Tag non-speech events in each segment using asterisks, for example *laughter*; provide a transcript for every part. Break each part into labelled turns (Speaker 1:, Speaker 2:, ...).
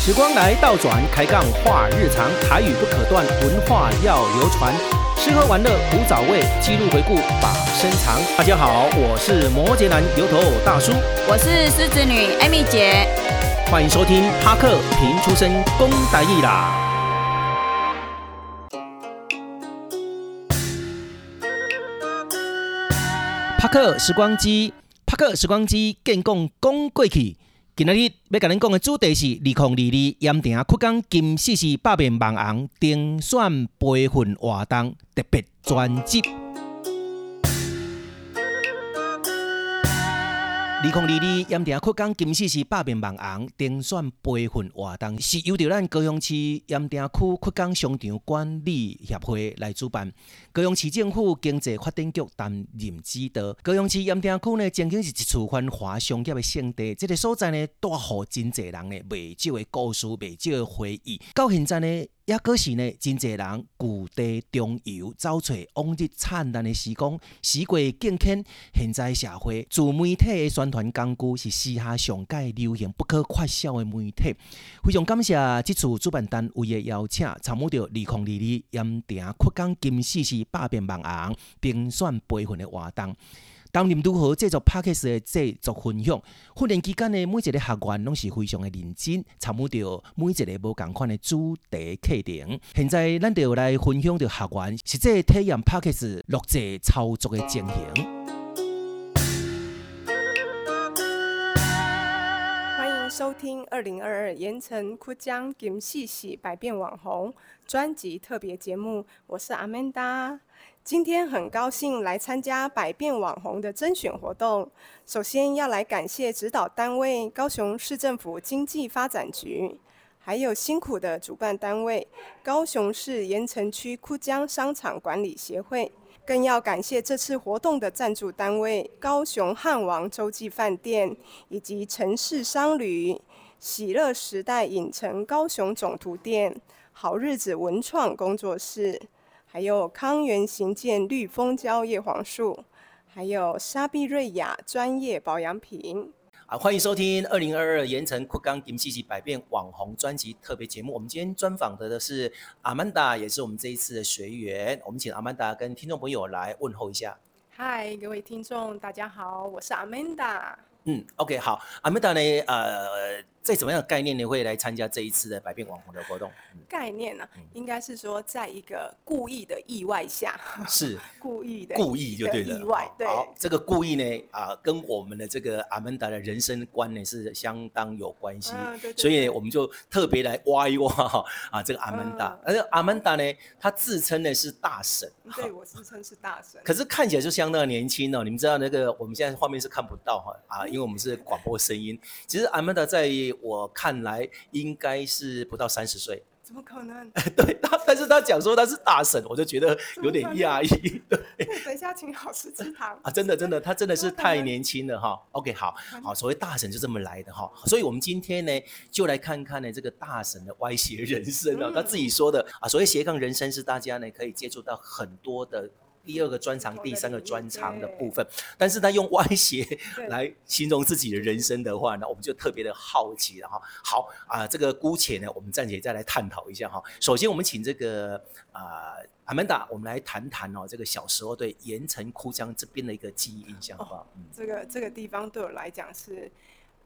Speaker 1: 时光来倒转，开杠话日常，台语不可断，文化要流传。吃喝玩乐不早味，记录回顾把身藏。大家好，我是摩羯男油头大叔，
Speaker 2: 我是狮子女艾米姐。
Speaker 1: 欢迎收听帕克平出身公大义啦。帕克时光机，帕克时光机，建讲讲过去。今仔日要甲恁讲的主题是二零二二盐埕曲江金四四百面网红精选培训活动特别专辑。二零二二盐埕曲江金狮是百面网红精选培训活动，是由着咱高雄市盐埕区曲江商场管理协会来主办，高雄市政府经济发展局担任指导。高雄市盐埕区呢，曾经是一处繁华商业的圣地，这个所在呢，带予真侪人呢，袂少的故事，袂少的回忆。到现在呢，也可是呢，真侪人故地重游，走找往日灿烂的时光。时过境迁，现在社会自媒体的宣传工具是时下上界流行不可缺少的媒体。非常感谢这次主办单位的邀请，参与到二零二二盐埕曲江金四四百变网红评选培训的活动。担任如何制作 p a c k a g e 的制作分享，训练期间呢，每一个学员拢是非常的认真，参与着每一个无共款的主题课程。现在咱就来分享着学员实际体验 p a c k a g e 录制操作的情形。
Speaker 3: 欢迎收听二零二二盐城哭江金戏喜百变网红专辑特别节目，我是阿曼达。今天很高兴来参加百变网红的甄选活动。首先要来感谢指导单位高雄市政府经济发展局，还有辛苦的主办单位高雄市盐城区哭江商场管理协会，更要感谢这次活动的赞助单位高雄汉王洲际饭店以及城市商旅、喜乐时代影城高雄总图店、好日子文创工作室，还有康源行健绿蜂胶叶黄素，还有莎碧瑞雅专业保养品。
Speaker 1: 啊，欢迎收听二零二二盐城酷刚金气息百变网红专辑特别节目。我们今天专访的的是阿曼达，也是我们这一次的学员。我们请阿曼达跟听众朋友来问候一下。
Speaker 3: 嗨，各位听众，大家好，我是 Amanda。
Speaker 1: 嗯，OK，好，阿曼达呢，呃，在怎么样的概念呢会来参加这一次的百变网红的活动？
Speaker 3: 概念呢、
Speaker 1: 嗯
Speaker 3: 应该是说，在一个故意的意外下，
Speaker 1: 嗯、
Speaker 3: *laughs*
Speaker 1: 是
Speaker 3: 故意的
Speaker 1: 故意就
Speaker 3: 的
Speaker 1: 对了。
Speaker 3: 意外
Speaker 1: 好
Speaker 3: 对
Speaker 1: 好，这个故意呢，啊、跟我们的这个阿曼达的人生观呢是相当有关系。
Speaker 3: 嗯，对对
Speaker 1: 所以
Speaker 3: 对
Speaker 1: 我们就特别来挖一挖哈啊，这个阿曼达
Speaker 3: 嗯，
Speaker 1: 而且阿曼达呢，她自称呢是大神，
Speaker 3: 对我自称是大神，
Speaker 1: 可是看起来就相当的年轻哦。你们知道那个我们现在画面是看不到哈啊，因为我们是广播声音。其实阿曼达在我看来应该是不到三十岁，
Speaker 3: 怎么可
Speaker 1: *laughs*
Speaker 3: 能？哦
Speaker 1: 对，她但是她讲说她是大神，我就觉得有点
Speaker 3: 怎么可
Speaker 1: 讶
Speaker 3: 能
Speaker 1: 异。 *laughs* 对
Speaker 3: 等一下请老师吃糖
Speaker 1: 啊，真的真的，他真的是
Speaker 3: 怎么可
Speaker 1: 太
Speaker 3: 能
Speaker 1: 年轻了哈。OK，好
Speaker 3: 嗯
Speaker 1: 好，所谓大神就这么来的哈。所以我们今天呢，就来看看呢这个大神的歪斜人生啊，他自己说的啊，所谓斜杠人生是大家呢可以接触到很多的。第二个专长、
Speaker 3: 不同
Speaker 1: 第
Speaker 3: 的
Speaker 1: 三个
Speaker 3: 领域
Speaker 1: 专长的
Speaker 3: 对
Speaker 1: 部分，但是他用歪斜 *laughs*
Speaker 3: 对
Speaker 1: 来形容自己的人生的话呢，我们就特别的好奇了哈。好啊、这个姑且呢，我们暂且再来探讨一下哈。首先，我们请这个啊、阿曼达，我们来谈谈哦，这个小时候对盐城枯江这边的一个记忆印象
Speaker 3: 哦
Speaker 1: 好不好？嗯，
Speaker 3: 这个这个地方对我来讲是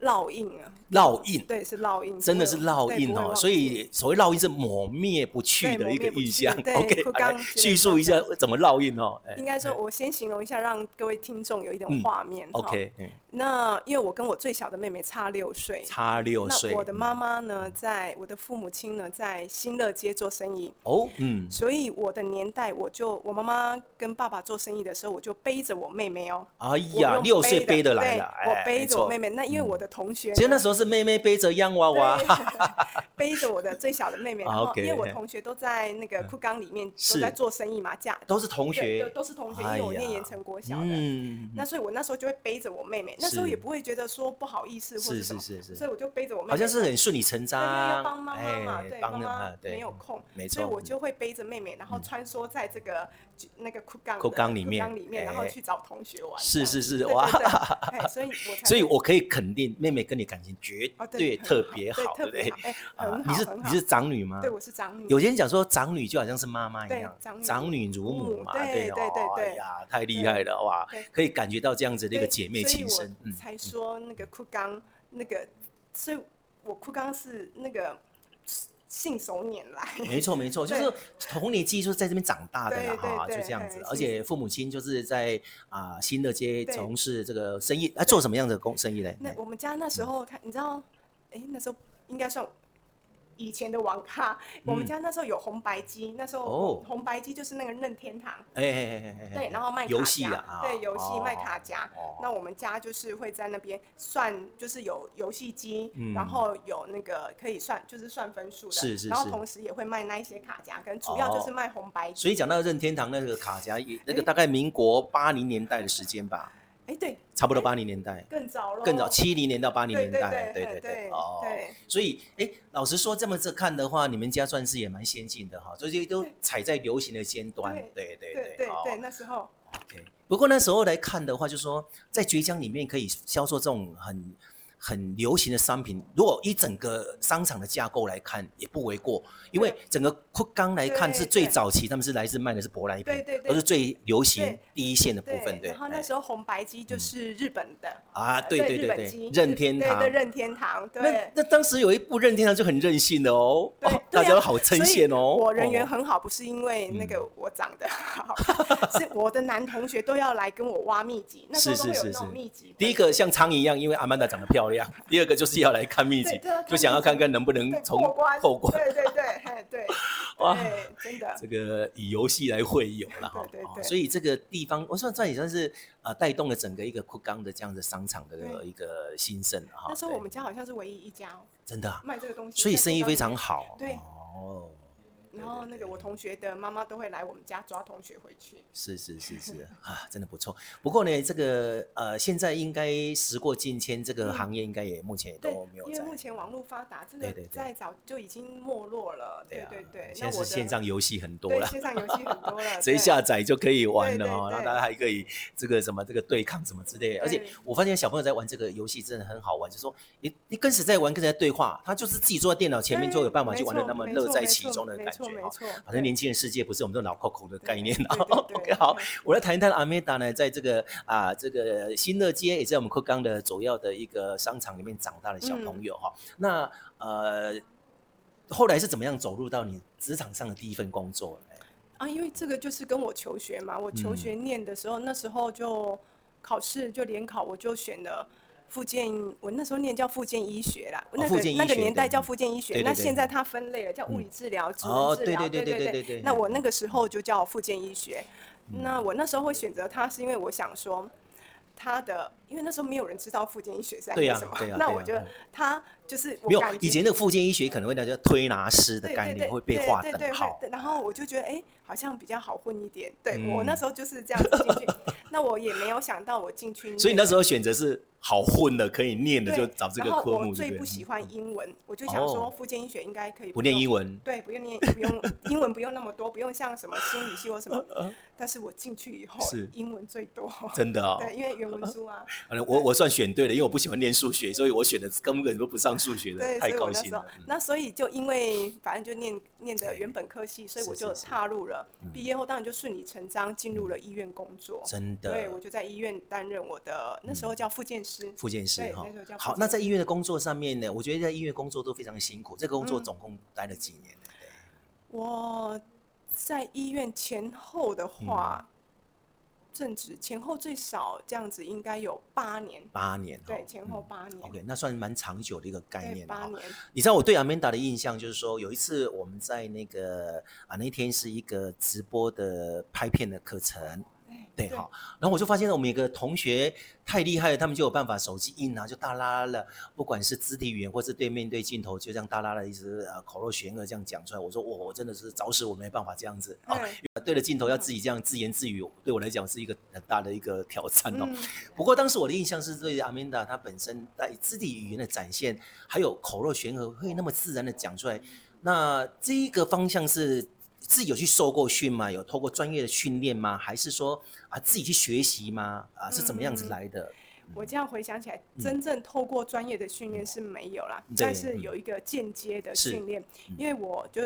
Speaker 3: 烙印啊，
Speaker 1: 烙印。
Speaker 3: 对，是烙印，
Speaker 1: 真的是
Speaker 3: 不会忘
Speaker 1: 烙
Speaker 3: 对
Speaker 1: 印
Speaker 3: 不会
Speaker 1: 哦，
Speaker 3: 忘
Speaker 1: 所以
Speaker 3: 记
Speaker 1: 所谓烙印是抹灭不去
Speaker 3: 对
Speaker 1: 的
Speaker 3: 抹
Speaker 1: 一个
Speaker 3: 灭不
Speaker 1: 印
Speaker 3: 去
Speaker 1: 象。
Speaker 3: 对
Speaker 1: OK，
Speaker 3: 枯
Speaker 1: 来
Speaker 3: 干之
Speaker 1: 叙
Speaker 3: 类的嗯
Speaker 1: 述一
Speaker 3: 这
Speaker 1: 下
Speaker 3: 样
Speaker 1: 怎么烙印哦。哎
Speaker 3: 应该说，我先形容一下，让各位听众有一
Speaker 1: 嗯
Speaker 3: 点画面。哈
Speaker 1: OK，嗯
Speaker 3: 那因为我跟我最小的妹妹差六岁，
Speaker 1: 差六岁。
Speaker 3: 那我的
Speaker 1: 嗯
Speaker 3: 妈妈呢，在我的父母亲呢，在新乐街做生意，
Speaker 1: 哦，嗯，
Speaker 3: 所以我的年代，我就我妈妈跟爸爸做生意的时候，我就背着我妹妹哦。
Speaker 1: 哎
Speaker 3: 我
Speaker 1: 呀，
Speaker 3: 用
Speaker 1: 六岁
Speaker 3: 背
Speaker 1: 背
Speaker 3: 的
Speaker 1: 得来
Speaker 3: 对
Speaker 1: 了，哎
Speaker 3: 我背着我妹。
Speaker 1: 没错
Speaker 3: 妹。那因为
Speaker 1: 嗯
Speaker 3: 我的同学呢，
Speaker 1: 其实那时候是妹妹背着洋娃娃，
Speaker 3: 对 *laughs* 背着我的最小的妹妹，
Speaker 1: 啊
Speaker 3: 然后
Speaker 1: OK，
Speaker 3: 因为我
Speaker 1: 嘿
Speaker 3: 同学都在那个库冈里面
Speaker 1: 是
Speaker 3: 都在做生意嘛，假
Speaker 1: 都是同
Speaker 3: 对
Speaker 1: 学
Speaker 3: 都，都是同学，因
Speaker 1: 哎
Speaker 3: 为我念
Speaker 1: 呀
Speaker 3: 盐城国小的。
Speaker 1: 嗯，
Speaker 3: 那所以我那时候就会背着我妹妹，那时候
Speaker 1: 是
Speaker 3: 也不会觉得说不好意思或
Speaker 1: 是
Speaker 3: 什
Speaker 1: 是
Speaker 3: 么，
Speaker 1: 是是
Speaker 3: 所以我就背着我妹妹，
Speaker 1: 好像是很顺理成
Speaker 3: 对对要
Speaker 1: 章，
Speaker 3: 帮妈妈嘛，对，妈
Speaker 1: 帮
Speaker 3: 妈
Speaker 1: 啊，对
Speaker 3: 没有，空，
Speaker 1: 没
Speaker 3: 所以
Speaker 1: 错
Speaker 3: 我就会背着妹妹，然后穿梭在这个那个裤杠的
Speaker 1: 裤杠里面
Speaker 3: 裤杠里面，然后
Speaker 1: 哎
Speaker 3: 去找同学玩，
Speaker 1: 是是是，
Speaker 3: 这
Speaker 1: 哇
Speaker 3: 样，对，对对哎所以我才
Speaker 1: 所以
Speaker 3: 会
Speaker 1: 我可以肯定妹妹跟你感情绝
Speaker 3: 哦
Speaker 1: 对
Speaker 3: 很
Speaker 1: 特别
Speaker 3: 对
Speaker 1: 好，对
Speaker 3: 特
Speaker 1: 不
Speaker 3: 别
Speaker 1: 对
Speaker 3: 好？，哎，
Speaker 1: 啊
Speaker 3: 很，
Speaker 1: 你
Speaker 3: 好
Speaker 1: 是
Speaker 3: 很
Speaker 1: 你
Speaker 3: 好
Speaker 1: 是，长女吗？
Speaker 3: 对，我是长女，
Speaker 1: 啊有些人讲说长女就好像是妈妈一
Speaker 3: 对
Speaker 1: 样，
Speaker 3: 长女
Speaker 1: 长女如母嘛，
Speaker 3: 嗯对
Speaker 1: 哦
Speaker 3: 对对对
Speaker 1: 哎呀，太厉害了哇
Speaker 3: 对！
Speaker 1: 可以感觉到这样子的一个
Speaker 3: 对
Speaker 1: 姐妹情深，嗯
Speaker 3: 所以我才说那个库刚那个，所以我库刚是那个信手拈来，
Speaker 1: 没错没错，就
Speaker 3: 对
Speaker 1: 是童年记忆就是在这边长大的啦
Speaker 3: 对对
Speaker 1: 哈，就
Speaker 3: 对
Speaker 1: 这样子
Speaker 3: 哎。
Speaker 1: 而
Speaker 3: 是
Speaker 1: 且父母亲就是在啊新乐街
Speaker 3: 对
Speaker 1: 从事这个生意，啊做什么样的工生意嘞？
Speaker 3: 那我们家那时
Speaker 1: 嗯
Speaker 3: 候看，你知道，哎，那时候应该算以前的网咖。我们
Speaker 1: 嗯
Speaker 3: 家那时候有红白机，那时候
Speaker 1: 哦
Speaker 3: 红白机就是那个任天堂，
Speaker 1: 哎哎哎哎哎，
Speaker 3: 对，然后卖
Speaker 1: 游
Speaker 3: 卡
Speaker 1: 戏
Speaker 3: 夹
Speaker 1: 啊啊，
Speaker 3: 对，游戏
Speaker 1: 哦
Speaker 3: 卖卡夹。
Speaker 1: 哦
Speaker 3: 那我们家就是会在那边算，就是有游戏机，
Speaker 1: 嗯
Speaker 3: 然后有那个可以算，就是算分数的，
Speaker 1: 是是
Speaker 3: 然后
Speaker 1: 是
Speaker 3: 同时也会卖那一些卡夹，跟主要就是
Speaker 1: 哦
Speaker 3: 卖红白机。
Speaker 1: 所以讲到任天堂那个卡夹，也那个
Speaker 3: 哎
Speaker 1: 大概民国八零年代的时间吧，
Speaker 3: 哎，对，
Speaker 1: 差不多
Speaker 3: 哎
Speaker 1: 八零年代，
Speaker 3: 更早了，
Speaker 1: 更早七零年到八零年代，
Speaker 3: 哦
Speaker 1: 对
Speaker 3: 对对
Speaker 1: 对
Speaker 3: 对
Speaker 1: 对，
Speaker 3: 对
Speaker 1: 哦
Speaker 3: 对，
Speaker 1: 所以哎，老实说这么这看的话，你们家算是也蛮先进的哈，所以都踩在流行的尖端，对对
Speaker 3: 对对
Speaker 1: 哦
Speaker 3: 对，那时候
Speaker 1: OK，不过那时候来看的话，就说在绝江里面可以销售这种很很流行的商品，如果一整个商场的架构来看，也不为过，因为整个库刚来看
Speaker 3: 对
Speaker 1: 是最
Speaker 3: 对
Speaker 1: 早期，他们是来自卖的是舶来品，
Speaker 3: 对对对
Speaker 1: 都是最流行
Speaker 3: 对
Speaker 1: 第一线的部分，对。
Speaker 3: 然后那
Speaker 1: 哎
Speaker 3: 时候红白机就是日本的，
Speaker 1: 啊，对对
Speaker 3: 日
Speaker 1: 对
Speaker 3: 本
Speaker 1: 对
Speaker 3: 机，
Speaker 1: 任天堂
Speaker 3: 对对，任天堂，
Speaker 1: 那
Speaker 3: 对。
Speaker 1: 那当时有一部任天堂就很任性的哦，
Speaker 3: 对
Speaker 1: 哦
Speaker 3: 对
Speaker 1: 大家
Speaker 3: 啊
Speaker 1: 都好称羡
Speaker 3: 所以
Speaker 1: 哦。
Speaker 3: 我人缘
Speaker 1: 哦嗯
Speaker 3: 很好，不是因为那个我长得好， *laughs* 是我的男同学都要来跟我挖秘籍，那时候
Speaker 1: 是
Speaker 3: 都会
Speaker 1: 是
Speaker 3: 有
Speaker 1: 是
Speaker 3: 那种
Speaker 1: 是
Speaker 3: 秘籍。
Speaker 1: 第一个像苍蝇一样，因为阿曼达长得漂亮；第二个就是要来看秘
Speaker 3: 对
Speaker 1: 籍
Speaker 3: 对啊，
Speaker 1: 就想要看看能不能
Speaker 3: 对
Speaker 1: 从
Speaker 3: 破关，
Speaker 1: 透过
Speaker 3: 对对对，嘿对，
Speaker 1: 哇
Speaker 3: 对，真的
Speaker 1: 这个以游戏来会友了哈。
Speaker 3: 对对
Speaker 1: 哦
Speaker 3: 对
Speaker 1: 所以这个地方，我算算也算是呃带动了整个一个库冈的这样的商场的
Speaker 3: 对
Speaker 1: 一个兴盛了哈。
Speaker 3: 那时候
Speaker 1: 对
Speaker 3: 我们家好像是唯一一家哦
Speaker 1: 真的啊，
Speaker 3: 卖这个东西，
Speaker 1: 所以
Speaker 3: 在
Speaker 1: 生意
Speaker 3: 高
Speaker 1: 非
Speaker 3: 雄
Speaker 1: 常。好。
Speaker 3: 对
Speaker 1: 哦，
Speaker 3: 然后那个我同学的妈妈都会来我们家抓同学回去。
Speaker 1: 是是是是啊，真的不错。不过呢，这个呃，现在应该时过境迁，这个
Speaker 3: 嗯
Speaker 1: 行业应该也目前也
Speaker 3: 对
Speaker 1: 都没，有
Speaker 3: 因为
Speaker 1: 在。
Speaker 3: 目前网络发达，这
Speaker 1: 对
Speaker 3: 个
Speaker 1: 对对
Speaker 3: 在早就已经没落了。对
Speaker 1: 啊
Speaker 3: 对对，那
Speaker 1: 现在
Speaker 3: 我
Speaker 1: 是
Speaker 3: 的
Speaker 1: 线上游戏很多
Speaker 3: 对
Speaker 1: 了。
Speaker 3: 线上游戏很多
Speaker 1: *laughs*
Speaker 3: 了，
Speaker 1: 直接
Speaker 3: 啊对
Speaker 1: 下载就可以玩了
Speaker 3: 对对
Speaker 1: 哦，然后
Speaker 3: 对
Speaker 1: 大家还可以这个什么这个对抗什么之类的，而且
Speaker 3: 对
Speaker 1: 我发现小朋友在玩这个游戏真的很好玩，就说你你跟谁在玩，跟谁在对话，他就是自己坐在电脑前面就有办法去玩的那么乐在其中的感觉
Speaker 3: 没
Speaker 1: 哦。
Speaker 3: 错，
Speaker 1: 好像年轻人世界不是我们这种老 Coco 的概念啊。
Speaker 3: 对对对
Speaker 1: OK，好 *laughs*
Speaker 3: 对，
Speaker 1: 我来谈一谈阿美达呢，在这个啊这个新乐街，也在我们科冈的主要的一个商场里面长大的小
Speaker 3: 嗯
Speaker 1: 朋友哈、那呃，后来是怎么样走入到你职场上的第一份工作呢？
Speaker 3: 啊，因为这个就是跟我求学嘛，我求
Speaker 1: 嗯
Speaker 3: 学念的时候，那时候就考试就联考，我就选了。附件，我那时候念叫附件医学啦，那
Speaker 1: 复
Speaker 3: 个
Speaker 1: 健
Speaker 3: 那
Speaker 1: 哦医
Speaker 3: 个
Speaker 1: 学
Speaker 3: 年
Speaker 1: 对
Speaker 3: 代叫
Speaker 1: 嗯
Speaker 3: 附件医学
Speaker 1: 对，对
Speaker 3: 那
Speaker 1: 对
Speaker 3: 现在它分类了，叫物理治疗、职能
Speaker 1: 哦
Speaker 3: 治
Speaker 1: 对
Speaker 3: 疗，
Speaker 1: 对对
Speaker 3: 对
Speaker 1: 对对对
Speaker 3: 对
Speaker 1: 对
Speaker 3: 那我
Speaker 1: 嗯
Speaker 3: 那个时候就叫附件医学，那我那时候会选择它，是因为我想说，它的，因为那时候没有人知道附件医学是在
Speaker 1: 对
Speaker 3: 干
Speaker 1: 呀
Speaker 3: 什么
Speaker 1: 对呀，
Speaker 3: 那
Speaker 1: 对
Speaker 3: 我
Speaker 1: 呀
Speaker 3: 觉得
Speaker 1: 嗯
Speaker 3: 它就是我
Speaker 1: 没有
Speaker 3: 感，
Speaker 1: 以
Speaker 3: 觉
Speaker 1: 前那个附件医学可能会大家推拿师的
Speaker 3: 对
Speaker 1: 概
Speaker 3: 对对
Speaker 1: 念会被划
Speaker 3: 对
Speaker 1: 等
Speaker 3: 对对
Speaker 1: 号，
Speaker 3: 对然后我就觉得，哎、好像比较好混一点。对、我
Speaker 1: 嗯
Speaker 3: 那时候就是这样子进
Speaker 1: *laughs*
Speaker 3: 去，那我也没有想到我进去念，
Speaker 1: 所以你那时候选择是好混的可以念的
Speaker 3: 对
Speaker 1: 就找这个
Speaker 3: 然后
Speaker 1: 科
Speaker 3: 我
Speaker 1: 目，
Speaker 3: 最
Speaker 1: 对
Speaker 3: 不
Speaker 1: 不
Speaker 3: 喜
Speaker 1: 对？
Speaker 3: 欢英文，我就想说，
Speaker 1: 哦
Speaker 3: 附件医学应该可以
Speaker 1: 不念
Speaker 3: 用
Speaker 1: 英文，
Speaker 3: 对，不用念，不用英文，不用那么多，不用像什么心理系或什
Speaker 1: *laughs*
Speaker 3: 么。但是我进去以后
Speaker 1: 是，
Speaker 3: 英文最多。
Speaker 1: 真的哦。
Speaker 3: 对，因为原文书啊，
Speaker 1: 呃我我算选对了，因为我不喜欢念数学，所以我选的根本都不上数学的，
Speaker 3: 对，所
Speaker 1: 太
Speaker 3: 以我
Speaker 1: 高
Speaker 3: 那
Speaker 1: 兴
Speaker 3: 时候
Speaker 1: 了。，嗯
Speaker 3: 那所以就因为反正就念念的原本科系，所以
Speaker 1: 是
Speaker 3: 我
Speaker 1: 是嗯
Speaker 3: 就是踏入了。毕业后当然就顺理成章进入了医院工作。
Speaker 1: 真
Speaker 3: 对，我
Speaker 1: 的，嗯
Speaker 3: 就在医院担任我的那时候叫复健师，
Speaker 1: 复健师
Speaker 3: 对
Speaker 1: 哈
Speaker 3: 那时候叫。
Speaker 1: 好，
Speaker 3: 复
Speaker 1: 那
Speaker 3: 健
Speaker 1: 在医院的工作上面呢，我觉得在医院工作都非常辛苦。这个工作
Speaker 3: 嗯
Speaker 1: 总共待了几年？
Speaker 3: 我在医院前后的
Speaker 1: 嗯
Speaker 3: 话，正职前后最少这样子应该有八年，
Speaker 1: 八年哈。
Speaker 3: 对，前后八年，
Speaker 1: 嗯 OK，那算蛮长久的一个概
Speaker 3: 对，
Speaker 1: 念了
Speaker 3: 八
Speaker 1: 哈。
Speaker 3: 年，
Speaker 1: 你知道我对 Amanda 的印象就是说，有一次我们在那个啊那天是一个直播的拍片的课程，
Speaker 3: 哎
Speaker 1: 对
Speaker 3: 对
Speaker 1: 哈。然后我就发现我们有个同学太厉害了，他们就有办法手机一拿就大拉了，不管是肢体语言或是对面对镜头，就这样大拉了一直呃口若悬河这样讲出来。我说我我真的是找死我没办法这样子啊，
Speaker 3: 对
Speaker 1: 对着镜头要自己这样自言自语，对我来讲是一个很大的一个挑战哦。
Speaker 3: 嗯，
Speaker 1: 不过当时我的印象是对阿明达她本身在肢体语言的展现，还有口若悬河会那么自然的讲出来，那这一个方向是自己有去受过训吗？有透过专业的训练吗？还是说啊自己去学习吗？啊是怎么样子来
Speaker 3: 嗯
Speaker 1: 的？
Speaker 3: 我这样回想起来，真正透过专业的训练是没有啦，
Speaker 1: 嗯对嗯
Speaker 3: 但是有一个间接的训练，因为我就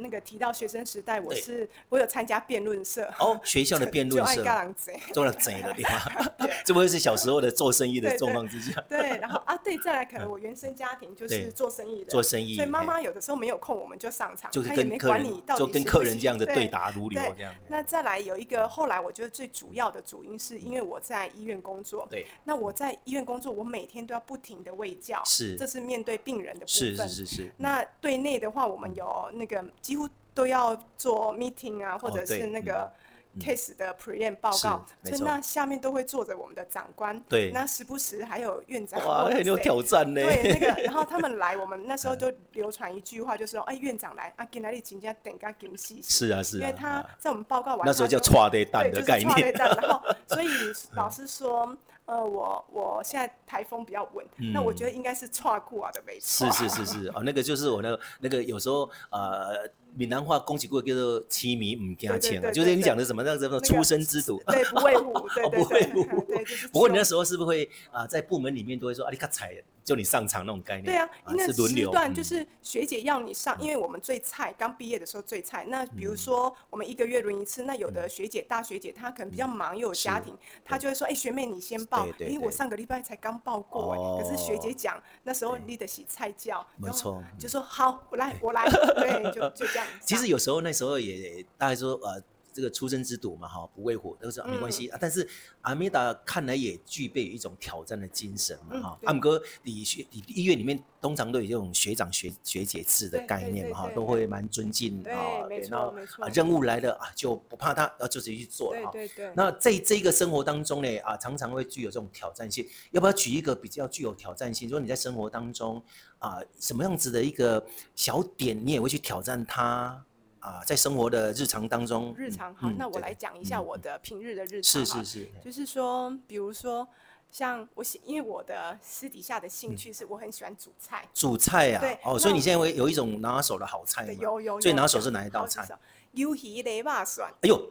Speaker 3: 那个提到学生时代，我
Speaker 1: 对
Speaker 3: 是我有参加辩论社，
Speaker 1: 哦，学校的
Speaker 3: *laughs*
Speaker 1: 辩
Speaker 3: 就
Speaker 1: 论
Speaker 3: 爱
Speaker 1: 社
Speaker 3: 嘎郎贼，
Speaker 1: *laughs* 做了贼的地方， *laughs* 这不会是小时候的做生意的状况之下
Speaker 3: *laughs* 对，然后啊对，再来可能我原生家庭
Speaker 1: 嗯
Speaker 3: 就
Speaker 1: 对
Speaker 3: 是做生意的，
Speaker 1: 做生意？
Speaker 3: 所以妈
Speaker 1: 嘿
Speaker 3: 妈有的时候没有空，我们就上场，
Speaker 1: 就是
Speaker 3: 她也
Speaker 1: 跟
Speaker 3: 没
Speaker 1: 客
Speaker 3: 管你
Speaker 1: 人
Speaker 3: 到
Speaker 1: 就
Speaker 3: 底
Speaker 1: 跟
Speaker 3: 行不
Speaker 1: 客人
Speaker 3: 行
Speaker 1: 这样子
Speaker 3: 对
Speaker 1: 对答如流
Speaker 3: 对
Speaker 1: 这样。
Speaker 3: 那再来有一个，后来我觉得最主要的主因是因为我在医院工作，
Speaker 1: 对，
Speaker 3: 那我在医院工作，我每天都要不停的喂教，
Speaker 1: 是
Speaker 3: 这是面对病人的部
Speaker 1: 是
Speaker 3: 分。
Speaker 1: 是是嗯是，
Speaker 3: 那对内的话，我们有那个几乎都要做 meeting 啊，或
Speaker 1: 哦
Speaker 3: 者
Speaker 1: 对
Speaker 3: 是那个
Speaker 1: 嗯
Speaker 3: case 的 pre-end 报
Speaker 1: 是
Speaker 3: 告，
Speaker 1: 没
Speaker 3: 所以
Speaker 1: 错
Speaker 3: 那下面都会坐着我们的长官，
Speaker 1: 对
Speaker 3: 那时不时还有院长，
Speaker 1: 哇，哎
Speaker 3: 或者
Speaker 1: 很有
Speaker 3: 谁
Speaker 1: 挑战呢。
Speaker 3: 对，
Speaker 1: *laughs*
Speaker 3: 那个，然后他们来，我们那时候
Speaker 1: 嗯
Speaker 3: 就流传一句话，就说：“哎，院长来啊，给哪里请假等个给细细。
Speaker 1: 是啊”是
Speaker 3: 因
Speaker 1: 啊，
Speaker 3: 为他在我们报告完，
Speaker 1: 那时候叫“
Speaker 3: 他就
Speaker 1: 跨对蛋”的概
Speaker 3: 对，就是
Speaker 1: 念，嗯
Speaker 3: 创蛋。然
Speaker 1: *laughs*
Speaker 3: 后，所以老师说，呃，我我现在台风比较稳，那我觉得应该是跨过啊的没错
Speaker 1: 是。嗯是是是哦，那个就是我那个那个有时候呃，闽南话恭喜过叫做“七米唔惊
Speaker 3: 对对
Speaker 1: 青”啊，
Speaker 3: 对
Speaker 1: 就是
Speaker 3: 对
Speaker 1: 你
Speaker 3: 对
Speaker 1: 讲的什么那个什么出生之犊。
Speaker 3: 对，不畏虎，对
Speaker 1: 哦，
Speaker 3: 对
Speaker 1: *laughs* 不
Speaker 3: 对
Speaker 1: 会，不会
Speaker 3: 对，就是。哦
Speaker 1: 不过你那时候是不是会啊、在部门里面都会说啊，你卡踩，就你上场那种概念？
Speaker 3: 对啊，那
Speaker 1: 是轮
Speaker 3: 时
Speaker 1: 流。
Speaker 3: 段
Speaker 1: 嗯
Speaker 3: 就是学姐要你上，因为我们最菜，刚毕业的时候最菜。那
Speaker 1: 嗯
Speaker 3: 比如说我们一个月轮一次，那有的学姐大学姐她可能比较忙，又有家
Speaker 1: 嗯是
Speaker 3: 庭，她就会说：“哎，学妹你先报。
Speaker 1: 对”对
Speaker 3: 哎，我
Speaker 1: 对
Speaker 3: 上个礼拜才刚报过哎，可是学姐
Speaker 1: 哦
Speaker 3: 讲那时候立得起菜教，
Speaker 1: 没
Speaker 3: 然后
Speaker 1: 错
Speaker 3: 就说好，我来，
Speaker 1: *laughs*
Speaker 3: 我来，对，就就这样上。啊
Speaker 1: 其实有时候那时候也大概说呃，这个出生之犊嘛哈，不畏虎，都是、啊、没关
Speaker 3: 嗯
Speaker 1: 系、啊。但是阿米达看来也具备一种挑战的精神嘛
Speaker 3: 嗯
Speaker 1: 哈。
Speaker 3: 对
Speaker 1: 阿姆哥，你学你医院里面通常都有这种学长学学姐制的
Speaker 3: 对
Speaker 1: 概
Speaker 3: 对
Speaker 1: 念
Speaker 3: 对
Speaker 1: 嘛哈，
Speaker 3: 对
Speaker 1: 都会蛮尊敬
Speaker 3: 对
Speaker 1: 啊。
Speaker 3: 没
Speaker 1: 然后
Speaker 3: 错没错
Speaker 1: 啊，任务来了啊，就不怕他，然后就直接去做了
Speaker 3: 对
Speaker 1: 哈。
Speaker 3: 对对，
Speaker 1: 啊那在这个生活当中呢，啊，常常会具有这种挑战性。要不要举一个比较具有挑战性？说你在生活当中啊，什么样子的一个小点，你也会去挑战它啊？在生活的日常当中，
Speaker 3: 日
Speaker 1: 嗯
Speaker 3: 常好，
Speaker 1: 嗯
Speaker 3: 那我
Speaker 1: 对
Speaker 3: 来讲一下
Speaker 1: 嗯
Speaker 3: 我的平日的日常
Speaker 1: 是
Speaker 3: 哈
Speaker 1: 是是，
Speaker 3: 就是说，比如说。像我喜，因为我的私底下的
Speaker 1: 嗯
Speaker 3: 兴趣是我很喜欢煮菜，
Speaker 1: 煮菜啊
Speaker 3: 对，
Speaker 1: 哦，
Speaker 3: 那
Speaker 1: 所以你现在会有一种拿手的好菜
Speaker 3: 对，
Speaker 1: 嘛？
Speaker 3: 有有。
Speaker 1: 最
Speaker 3: 有
Speaker 1: 拿手是哪一道菜？？
Speaker 3: 鱿鱼雷霸蒜。
Speaker 1: 哎呦，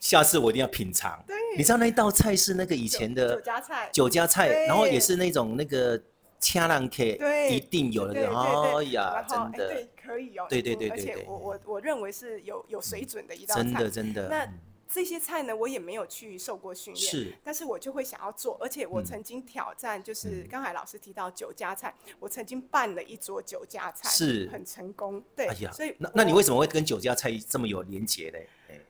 Speaker 1: 下次我一定要品尝。
Speaker 3: 对，
Speaker 1: 你知道那一道菜是那个以
Speaker 3: 酒
Speaker 1: 前
Speaker 3: 酒
Speaker 1: 的
Speaker 3: 家菜。
Speaker 1: 酒家菜，然后也
Speaker 3: 对
Speaker 1: 是那种那个掐浪 K，
Speaker 3: 对
Speaker 1: 一定有的。
Speaker 3: 对对
Speaker 1: 哎
Speaker 3: 对，
Speaker 1: 呀
Speaker 3: 然，后
Speaker 1: 真
Speaker 3: 哎
Speaker 1: 的。
Speaker 3: 对，可以哦，
Speaker 1: 对对
Speaker 3: 嗯
Speaker 1: 对
Speaker 3: 而
Speaker 1: 对
Speaker 3: 且
Speaker 1: 对嗯
Speaker 3: 我我我认为是有有水准的一道菜。
Speaker 1: 真的真的，
Speaker 3: 那
Speaker 1: 嗯
Speaker 3: 这些菜呢，我也没有去受过训练，
Speaker 1: 是
Speaker 3: 但是我就会想要做，而且
Speaker 1: 嗯
Speaker 3: 我曾经挑战，就是刚才老师提到酒家菜，我曾经办了一桌酒家菜，
Speaker 1: 是
Speaker 3: 很成功，对，
Speaker 1: 哎呀
Speaker 3: 所以，
Speaker 1: 那那你
Speaker 3: 我
Speaker 1: 为什么会跟酒家菜这么有连结嘞？哎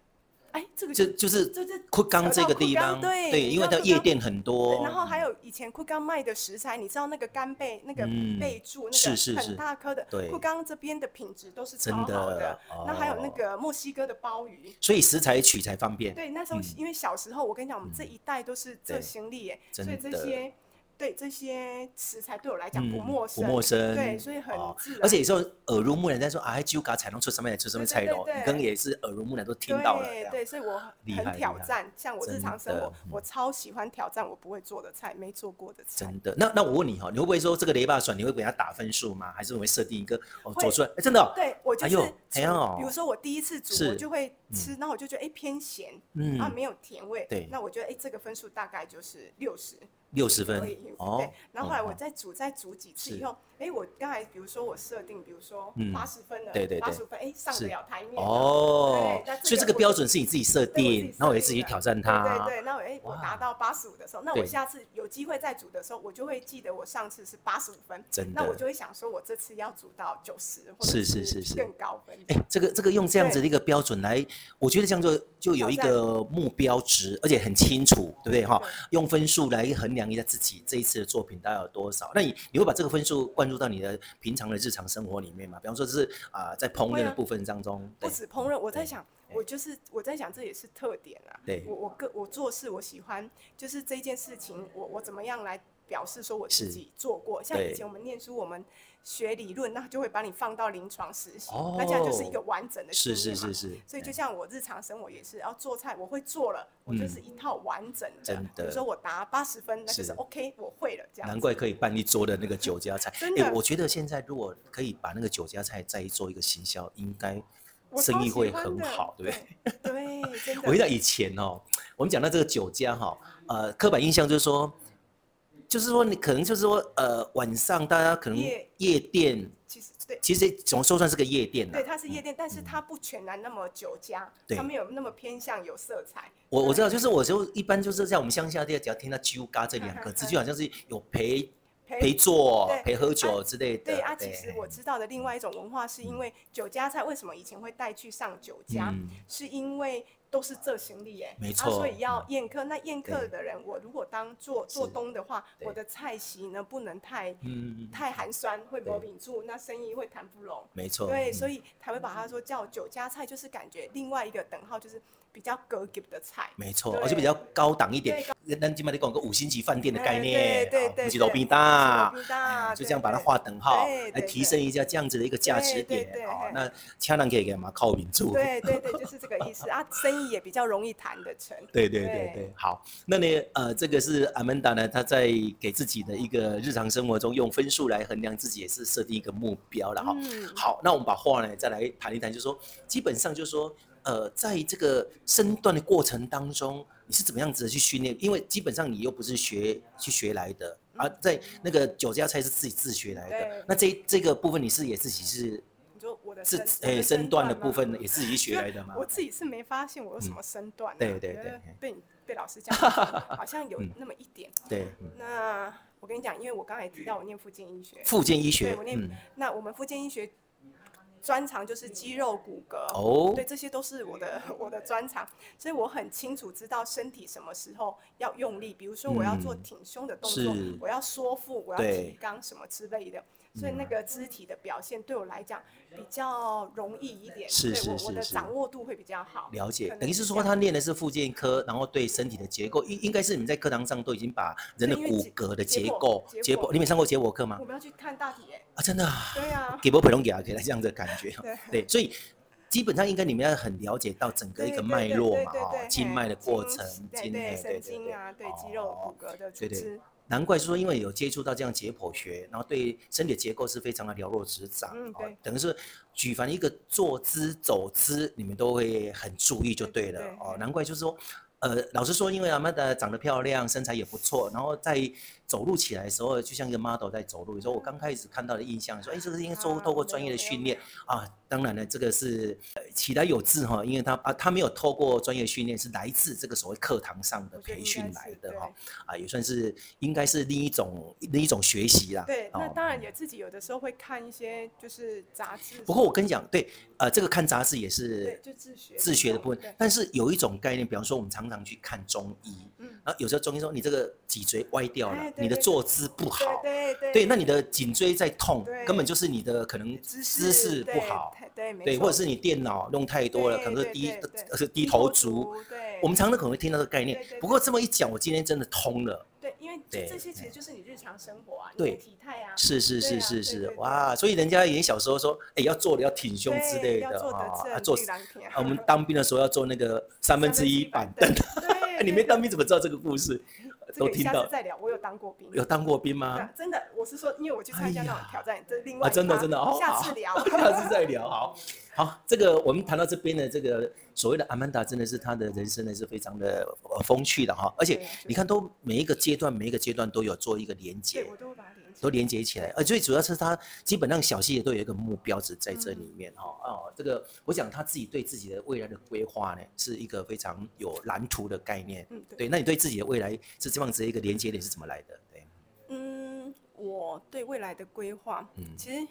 Speaker 3: 哎这个
Speaker 1: 就
Speaker 3: 就
Speaker 1: 就是
Speaker 3: 这这
Speaker 1: 库冈这个地方，
Speaker 3: 扯到库冈对
Speaker 1: 因为它
Speaker 3: 你知道
Speaker 1: 夜店很
Speaker 3: 对
Speaker 1: 多，
Speaker 3: 然后还有以前库冈卖的食材，你知道那个干贝、那个
Speaker 1: 嗯
Speaker 3: 贝柱、
Speaker 1: 是是
Speaker 3: 那个
Speaker 1: 是
Speaker 3: 很大颗的
Speaker 1: 对，
Speaker 3: 库冈这边的品质都是超
Speaker 1: 真
Speaker 3: 好
Speaker 1: 的，
Speaker 3: 那还有那
Speaker 1: 哦，
Speaker 3: 个墨西哥的鲍鱼。
Speaker 1: 所以食材取材方便，
Speaker 3: 对，那时候
Speaker 1: 嗯
Speaker 3: 因为小时候，我跟你讲，我们这一代都是这
Speaker 1: 对
Speaker 3: 行李耶，
Speaker 1: 真
Speaker 3: 所以这
Speaker 1: 的
Speaker 3: 些对这些食材对我来讲不
Speaker 1: 嗯
Speaker 3: 陌生，
Speaker 1: 不陌生，
Speaker 3: 对，所以很
Speaker 1: 哦
Speaker 3: 自然。
Speaker 1: 而且有时候耳濡目染，在说啊，酒家菜弄出什么来，出什么菜咯，
Speaker 3: 对对对
Speaker 1: 你刚也是耳濡目染都听到了这
Speaker 3: 对
Speaker 1: 样，
Speaker 3: 对，所以我很
Speaker 1: 厉害
Speaker 3: 很
Speaker 1: 厉
Speaker 3: 挑
Speaker 1: 害
Speaker 3: 战，像我日
Speaker 1: 真
Speaker 3: 常生
Speaker 1: 的嗯
Speaker 3: 活，我超喜欢挑战我不会做的菜，没做过的菜。
Speaker 1: 真的。那那我问你哈，你会不会说这个雷霸爽，你会给他打分数吗？还是你会设定一个哦
Speaker 3: 会
Speaker 1: 走出来？哎真的哦，
Speaker 3: 对我就
Speaker 1: 哎
Speaker 3: 是
Speaker 1: 呦
Speaker 3: 煮，
Speaker 1: 哎呦
Speaker 3: 比如说我第一次煮，
Speaker 1: 是
Speaker 3: 我就会吃，然后我就觉得哎偏咸，
Speaker 1: 嗯
Speaker 3: 啊没有甜味，
Speaker 1: 对
Speaker 3: 那我觉得哎这个分数大概就是六十
Speaker 1: 六十分
Speaker 3: 可以，
Speaker 1: 哦
Speaker 3: 对。。然后后来我
Speaker 1: 哦
Speaker 3: 再煮再煮几次
Speaker 1: 是
Speaker 3: 以后，哎我刚才比如说我设定，比如说
Speaker 1: 嗯
Speaker 3: 八十分了，
Speaker 1: 对对对
Speaker 3: 八十分哎上
Speaker 1: 是
Speaker 3: 得了台面了。
Speaker 1: 哦
Speaker 3: 对那，这
Speaker 1: 所以
Speaker 3: 个
Speaker 1: 这个
Speaker 3: 我
Speaker 1: 标
Speaker 3: 就
Speaker 1: 准是你自己设
Speaker 3: 对我自己
Speaker 1: 定
Speaker 3: 设，
Speaker 1: 然后也
Speaker 3: 定
Speaker 1: 自己
Speaker 3: 的
Speaker 1: 挑战
Speaker 3: 对
Speaker 1: 它。
Speaker 3: 对对，那我哎，我达
Speaker 1: 哇
Speaker 3: 到八十五的时候，那我
Speaker 1: 对
Speaker 3: 下次有机会再煮的时候，我就会记得我上次是八十五分，
Speaker 1: 真
Speaker 3: 那我
Speaker 1: 的
Speaker 3: 就会想说，我这次要煮到九十，或者
Speaker 1: 嗯是是是是
Speaker 3: 更高分。
Speaker 1: 哎，这个这个用这样子
Speaker 3: 对
Speaker 1: 的一个标准来，我觉得这样就就有一
Speaker 3: 挑战
Speaker 1: 个目标值，而且很清楚，对不对哈
Speaker 3: 对？
Speaker 1: 用分数来衡量一下自己这一次的作品大概有多少。那你你会把这个分数灌入到你的平常的日常生活里面吗？比方说是啊、在烹
Speaker 3: 会
Speaker 1: 饪
Speaker 3: 啊
Speaker 1: 的部分当中，
Speaker 3: 不
Speaker 1: 对
Speaker 3: 止烹饪，我在
Speaker 1: 对
Speaker 3: 想，
Speaker 1: 对
Speaker 3: 我就是我在想，这也是特点啊。
Speaker 1: 对
Speaker 3: 我我个我做事我喜欢，就是这件事情，我我怎么样来表示说我
Speaker 1: 是
Speaker 3: 自己做过。像
Speaker 1: 对
Speaker 3: 以前我们念书，我们学理论，那就会把你放到临床实习，
Speaker 1: 哦
Speaker 3: 那这样就是一个完整的
Speaker 1: 是
Speaker 3: 经
Speaker 1: 是
Speaker 3: 验嘛
Speaker 1: 是是，
Speaker 3: 所以就
Speaker 1: 对
Speaker 3: 像我日常生活也是，要做菜我会做了，我就是一套完整的。
Speaker 1: 嗯真
Speaker 3: 比
Speaker 1: 的
Speaker 3: 如说我答八十分，那就是是 OK，我会了这样子。
Speaker 1: 难怪可以办一桌的那个酒家菜。
Speaker 3: *laughs* 真
Speaker 1: 诶
Speaker 3: 的
Speaker 1: 我觉得现在如果可以把那个酒家菜再做一个行销，应该
Speaker 3: 我
Speaker 1: 生
Speaker 3: 超
Speaker 1: 意
Speaker 3: 喜
Speaker 1: 会
Speaker 3: 欢
Speaker 1: 很
Speaker 3: 的
Speaker 1: 好，对不对？
Speaker 3: 对？对，真
Speaker 1: *laughs*
Speaker 3: 的。
Speaker 1: 我记得以前哦，我们讲到这个酒家哈、呃，刻板印象就是说，就是说你可能就是说，呃，晚上大家可能
Speaker 3: 夜
Speaker 1: 夜店，
Speaker 3: 其实对，
Speaker 1: 其实怎么说算是个夜店呢、
Speaker 3: 对，它是夜店，但是它不全然那么酒家，
Speaker 1: 嗯对
Speaker 3: 它没有那么偏向有色彩。
Speaker 1: 我我知道，就是我就一般就是在我们乡下地，只要听到“酒嘎”这两
Speaker 3: *laughs*
Speaker 1: 个字，就好像是有陪
Speaker 3: 陪
Speaker 1: 陪坐、
Speaker 3: 对
Speaker 1: 陪喝酒之类的。
Speaker 3: 对啊，其实我知道的另外一种文化，是因为酒家菜为什么以前会带去上酒家，
Speaker 1: 嗯
Speaker 3: 是因为都是这行李耶，
Speaker 1: 没
Speaker 3: 啊
Speaker 1: 错嗯
Speaker 3: 所以要宴客。那宴客
Speaker 1: 对
Speaker 3: 的人，我如果当做做
Speaker 1: 是
Speaker 3: 东的话，
Speaker 1: 对
Speaker 3: 我的菜席呢不能太
Speaker 1: 嗯，
Speaker 3: 太寒酸，会
Speaker 1: 对
Speaker 3: 磨饼住，那生意会谈不拢。
Speaker 1: 没错。嗯
Speaker 3: 对，所
Speaker 1: 以
Speaker 3: 以才会把它说叫酒家菜，就是感觉另外一个等号就是比较高级的菜。
Speaker 1: 没错，
Speaker 3: 对
Speaker 1: 而且比较高档一点
Speaker 3: 对高。
Speaker 1: 咱今麦你讲个五星级饭店的
Speaker 3: 哎
Speaker 1: 概念，
Speaker 3: 对对
Speaker 1: 哦
Speaker 3: 对
Speaker 1: 不是
Speaker 3: 对
Speaker 1: 路边搭。
Speaker 3: 手臂大
Speaker 1: 啊哎就
Speaker 3: 啊对
Speaker 1: 这样把它
Speaker 3: 对
Speaker 1: 划等号
Speaker 3: 对，对
Speaker 1: 来提升一下这样子的一个价值
Speaker 3: 对对
Speaker 1: 点
Speaker 3: 对
Speaker 1: 哦
Speaker 3: 嘿。
Speaker 1: 那恰当可以给嘛靠民住。
Speaker 3: 对对对，就是这个意思啊，生意也比较容易谈得成。
Speaker 1: 对对对
Speaker 3: 对
Speaker 1: 对，好，那呢，呃，这个是阿曼达呢，她在给自己的一个日常生活中用分数来衡量自己，也是设定一个目标了哈。
Speaker 3: 嗯
Speaker 1: 好，那我们把话呢再来谈一谈，就是说，基本上就是说，呃，在这个身段的过程当中，你是怎么样子的去训练？因为基本上你又不是学去学来的，啊，在那个酒家菜是自己自学来的
Speaker 3: 嗯对，
Speaker 1: 那这这个部分你是也自己是
Speaker 3: 你说我的
Speaker 1: 自
Speaker 3: 身
Speaker 1: 诶身段的部分呢，也
Speaker 3: 是
Speaker 1: 自己学来的吗？嗯
Speaker 3: 我自己是没发现我有什么身段啊、
Speaker 1: 对对
Speaker 3: 觉
Speaker 1: 对
Speaker 3: 得
Speaker 1: 嘿
Speaker 3: 被你被老师
Speaker 1: *laughs*
Speaker 3: 讲，好像有
Speaker 1: 嗯
Speaker 3: 那么一点。
Speaker 1: 对，嗯
Speaker 3: 那我跟你讲，因为我刚才也提到我念附件医学，
Speaker 1: 复健医
Speaker 3: 对
Speaker 1: 学
Speaker 3: 我，念、
Speaker 1: 嗯，
Speaker 3: 那我们附件医学专长就是肌肉骨骼。
Speaker 1: 哦
Speaker 3: 对，，这些都是我的 *laughs* 我的专长，所以我很清楚知道身体什么时候要用力，比如说我要做
Speaker 1: 嗯
Speaker 3: 挺胸的动作，
Speaker 1: 是
Speaker 3: 我要缩腹，我要
Speaker 1: 对嗯
Speaker 3: 提肛什么之类的。所以那个肢体的表现对我来讲比较容易一点，
Speaker 1: 是
Speaker 3: 对我
Speaker 1: 是
Speaker 3: 我
Speaker 1: 是
Speaker 3: 的
Speaker 1: 是
Speaker 3: 掌握度会比较好。
Speaker 1: 了解
Speaker 3: 可，能
Speaker 1: 等于是
Speaker 3: 这
Speaker 1: 说
Speaker 3: 样
Speaker 1: 他练的是复健科，然后对身体的结构，应应该是你们在课堂上都已经把人的
Speaker 3: 对因为
Speaker 1: 骨
Speaker 3: 结
Speaker 1: 骼的
Speaker 3: 结
Speaker 1: 结
Speaker 3: 果
Speaker 1: 构、
Speaker 3: 结
Speaker 1: 结
Speaker 3: 果
Speaker 1: 构，你们上过解剖课吗
Speaker 3: 我？们要去看大体耶，
Speaker 1: 啊，真的啊，
Speaker 3: 对啊，
Speaker 1: 给波培龙给啊，给他这样的感觉哦，
Speaker 3: 对
Speaker 1: 对，所以基本上应该你们要很了解到整个一
Speaker 3: 对
Speaker 1: 个
Speaker 3: 对
Speaker 1: 脉
Speaker 3: 对
Speaker 1: 络
Speaker 3: 对
Speaker 1: 嘛，
Speaker 3: 对
Speaker 1: 哦，
Speaker 3: 对
Speaker 1: 经
Speaker 3: 嘿
Speaker 1: 脉的过
Speaker 3: 经
Speaker 1: 程，
Speaker 3: 对
Speaker 1: 经嘿
Speaker 3: 对神
Speaker 1: 对对
Speaker 3: 经
Speaker 1: 对
Speaker 3: 啊，对肌肉
Speaker 1: 哦
Speaker 3: 骨骼的组
Speaker 1: 对对
Speaker 3: 织，
Speaker 1: 难怪是说，因为有接触到这样解剖学，然后对身体的结构是非常的了若指掌。
Speaker 3: 嗯
Speaker 1: 哦
Speaker 3: 对，
Speaker 1: 等于是举凡一个坐姿、走姿，你们都会很注意就对
Speaker 3: 对
Speaker 1: 了
Speaker 3: 对对
Speaker 1: 哦。
Speaker 3: 嗯
Speaker 1: 难怪就是说，呃，老实说，因为阿曼达长得漂亮，身材也不错，然后在走路起来的时候，就像一个 model 在走路。有时候我刚开始看到的印象说，哎，这个是应该透
Speaker 3: 啊
Speaker 1: 透过
Speaker 3: 没
Speaker 1: 专业
Speaker 3: 有
Speaker 1: 的
Speaker 3: 没有
Speaker 1: 训
Speaker 3: 没
Speaker 1: 练啊。当然了，这个是呃起来有志哈，因为他啊，他没有透过专业训练，是来自这个所谓课堂上的
Speaker 3: 我觉得
Speaker 1: 培
Speaker 3: 应
Speaker 1: 训
Speaker 3: 该
Speaker 1: 来
Speaker 3: 是
Speaker 1: 的
Speaker 3: 对
Speaker 1: 哈。啊，也算是应该是另一种另一种学习啦。
Speaker 3: 对，那
Speaker 1: 哦
Speaker 3: 当然也自己有的时候会看一些就是杂志，
Speaker 1: 不过我跟你讲，对，呃，这个看杂志也
Speaker 3: 对
Speaker 1: 是
Speaker 3: 就自学
Speaker 1: 自学的部分
Speaker 3: 对，
Speaker 1: 但是有一种概念，比方说我们常常去看中医，
Speaker 3: 嗯
Speaker 1: 然后有时候中医说你这个脊椎歪掉了
Speaker 3: 哎，
Speaker 1: 你
Speaker 3: 对
Speaker 1: 的
Speaker 3: 对
Speaker 1: 坐姿不好，
Speaker 3: 对对
Speaker 1: 对，那你的颈椎在痛，根本
Speaker 3: 对
Speaker 1: 就是你的可能
Speaker 3: 姿
Speaker 1: 姿势不
Speaker 3: 对
Speaker 1: 好，
Speaker 3: 太对，没
Speaker 1: 对，
Speaker 3: 错
Speaker 1: 或者是你电脑用太多了，可能是
Speaker 3: 对
Speaker 1: 低
Speaker 3: 对对
Speaker 1: 呃是低头族。，
Speaker 3: 对，
Speaker 1: 我们常常可能会听到这个概念
Speaker 3: 对对，
Speaker 1: 不
Speaker 3: 对
Speaker 1: 过这么一讲，我今天真的通了。
Speaker 3: 对，因为
Speaker 1: 对
Speaker 3: 这这些其实就是你日常生活啊，你
Speaker 1: 对
Speaker 3: 的体态啊，
Speaker 1: 是是
Speaker 3: 对
Speaker 1: 是
Speaker 3: 啊
Speaker 1: 是
Speaker 3: 对
Speaker 1: 是
Speaker 3: 对，
Speaker 1: 哇！所以人家以前小时候说，哎，要做的要挺胸之
Speaker 3: 对
Speaker 1: 类
Speaker 3: 要
Speaker 1: 的
Speaker 3: 坐
Speaker 1: 啊
Speaker 3: 得
Speaker 1: 啊
Speaker 3: 正，
Speaker 1: 做
Speaker 3: 对郎平
Speaker 1: 啊我们当兵的时候要做那
Speaker 3: *laughs*
Speaker 1: 个三分之一板凳。哎，
Speaker 3: 对，
Speaker 1: 你
Speaker 3: 对
Speaker 1: 没当兵怎么知道这个故事？
Speaker 3: 这
Speaker 1: 都
Speaker 3: 个
Speaker 1: 听
Speaker 3: 下
Speaker 1: 到
Speaker 3: 次再聊，我有当过兵，
Speaker 1: 有当过兵
Speaker 3: 对
Speaker 1: 吗
Speaker 3: 啊？真的，我是说，因为我去参加那
Speaker 1: 哎呀
Speaker 3: 种挑战，这是另
Speaker 1: 啊，
Speaker 3: 外一
Speaker 1: 真的
Speaker 3: 趴
Speaker 1: 真的哦，
Speaker 3: 下
Speaker 1: 好，
Speaker 3: 次聊
Speaker 1: *laughs* 下次再聊。好，好，这个我们谈到这边的这个所谓的阿曼达，真的是她的人生呢是非常的呃风趣的哈，而且
Speaker 3: 对啊
Speaker 1: 你看都每一个阶段每一个阶段都有做一个连接
Speaker 3: 对，，我都会把它连起
Speaker 1: 都
Speaker 3: 来。
Speaker 1: 连接起来，呃，最主要是他基本上小细节都有一个目标值在这里
Speaker 3: 嗯
Speaker 1: 面哈、哦。这个我想他自己对自己的未来的规划呢，是一个非常有蓝图的概念。
Speaker 3: 嗯，对。
Speaker 1: 对，那你对自己的未来是这样子的一个连接点是怎么来的？对，
Speaker 3: 嗯，我对未来的规划，
Speaker 1: 嗯
Speaker 3: 其实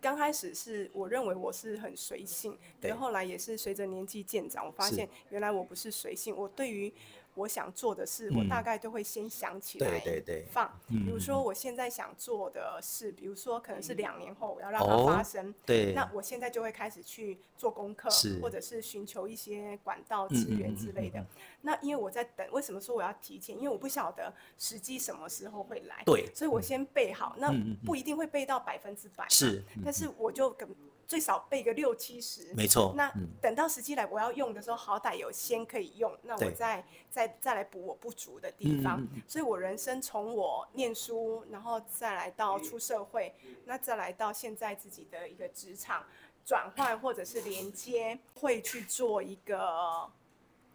Speaker 3: 刚开始是我认为我是很随性，
Speaker 1: 对
Speaker 3: 然后后来也是随着年纪渐长，我发
Speaker 1: 是
Speaker 3: 现原来我不是随性，我对于我想做的事，我大概都会先想起来
Speaker 1: 嗯对对对嗯
Speaker 3: 放。比如说我现在想做的事，比如说可能是两年后我要让它发
Speaker 1: 哦
Speaker 3: 生，
Speaker 1: 对，
Speaker 3: 那我现在就会开始去做功课
Speaker 1: 是，
Speaker 3: 或者是寻求一些管道
Speaker 1: 嗯
Speaker 3: 资
Speaker 1: 嗯
Speaker 3: 源
Speaker 1: 嗯
Speaker 3: 之
Speaker 1: 嗯
Speaker 3: 类的。那因为我在等，为什么说我要提前？因为我不晓得时机什么时候会来，
Speaker 1: 对
Speaker 3: 所以我先备好。那
Speaker 1: 嗯嗯嗯
Speaker 3: 不一定会备到百分之百嘛，
Speaker 1: 是嗯
Speaker 3: 但是我就跟最少备个六七十。
Speaker 1: 没错，
Speaker 3: 那
Speaker 1: 嗯
Speaker 3: 等到时机来，我要用的时候，好歹有先可以用，那我
Speaker 1: 对
Speaker 3: 再再再来补我不足的
Speaker 1: 嗯
Speaker 3: 地
Speaker 1: 嗯
Speaker 3: 方。
Speaker 1: 嗯嗯
Speaker 3: 所以我人生从我念书，然后再来到出社会，那再来到现在自己的一个职场转换或者是连接，会去做一个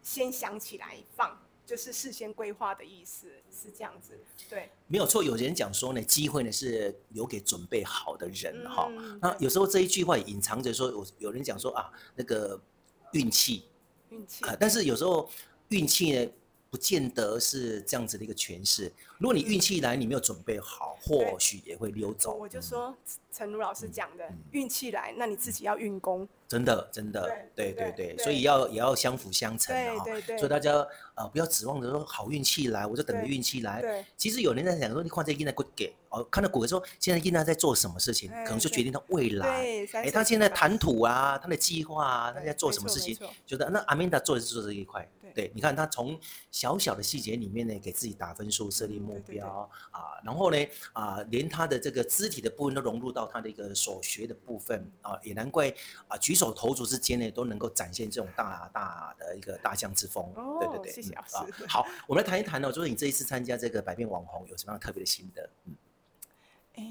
Speaker 3: 先想起来放，就是事先规划的意思，是这样子。对，
Speaker 1: 没有错。有人讲说呢，机会呢是留给准备好的人哈、
Speaker 3: 嗯
Speaker 1: 那有时候这一句话也隐藏着说，有有人讲说啊，那个运气
Speaker 3: 运气
Speaker 1: 啊，但是有时候运气呢，不见得是这样子的一个诠释。如果你运气来，你没有准备好，或许也会溜
Speaker 3: 我
Speaker 1: 走。嗯
Speaker 3: 我就说陈如老师讲的，运气来，那你自己要运功。
Speaker 1: 真的，真的，对
Speaker 3: 对
Speaker 1: 对
Speaker 3: 对
Speaker 1: 对，
Speaker 3: 对
Speaker 1: 所以要也要相辅相成
Speaker 3: 对
Speaker 1: 啊、
Speaker 3: 对对
Speaker 1: 所以大家呃不要指望着说好运气来，我就等着
Speaker 3: 对
Speaker 1: 运气来。
Speaker 3: 对
Speaker 1: 其实有人在想说，你看这个囡仔骨给哦，看到骨给说现在囡仔在做什么事情，
Speaker 3: 哎
Speaker 1: 可能就
Speaker 3: 对
Speaker 1: 决定他未来。
Speaker 3: 对，
Speaker 1: 哎，
Speaker 3: 哎
Speaker 1: 他现在谈吐啊，他的计划啊，他
Speaker 3: 对
Speaker 1: 在做
Speaker 3: 没
Speaker 1: 什么
Speaker 3: 错
Speaker 1: 事
Speaker 3: 没
Speaker 1: 情
Speaker 3: 错，
Speaker 1: 觉得那阿曼达做的是做这一块。
Speaker 3: 对
Speaker 1: 对，你看他从小小的细节里面呢，给自己打分数、设立目
Speaker 3: 对对对
Speaker 1: 标啊，然后呢啊，连他的这个肢体的部分都融入到他的一个所学的部分啊，也难怪啊，举手投足之间呢，都能够展现这种大大的一个大将之风。对对
Speaker 3: 哦
Speaker 1: 对，
Speaker 3: 谢
Speaker 1: 嗯
Speaker 3: 谢老
Speaker 1: 啊
Speaker 3: 师
Speaker 1: 好，我们来谈一谈哦，就是你这一次参加这个百变网红有什么样特别的心得？
Speaker 3: 哎、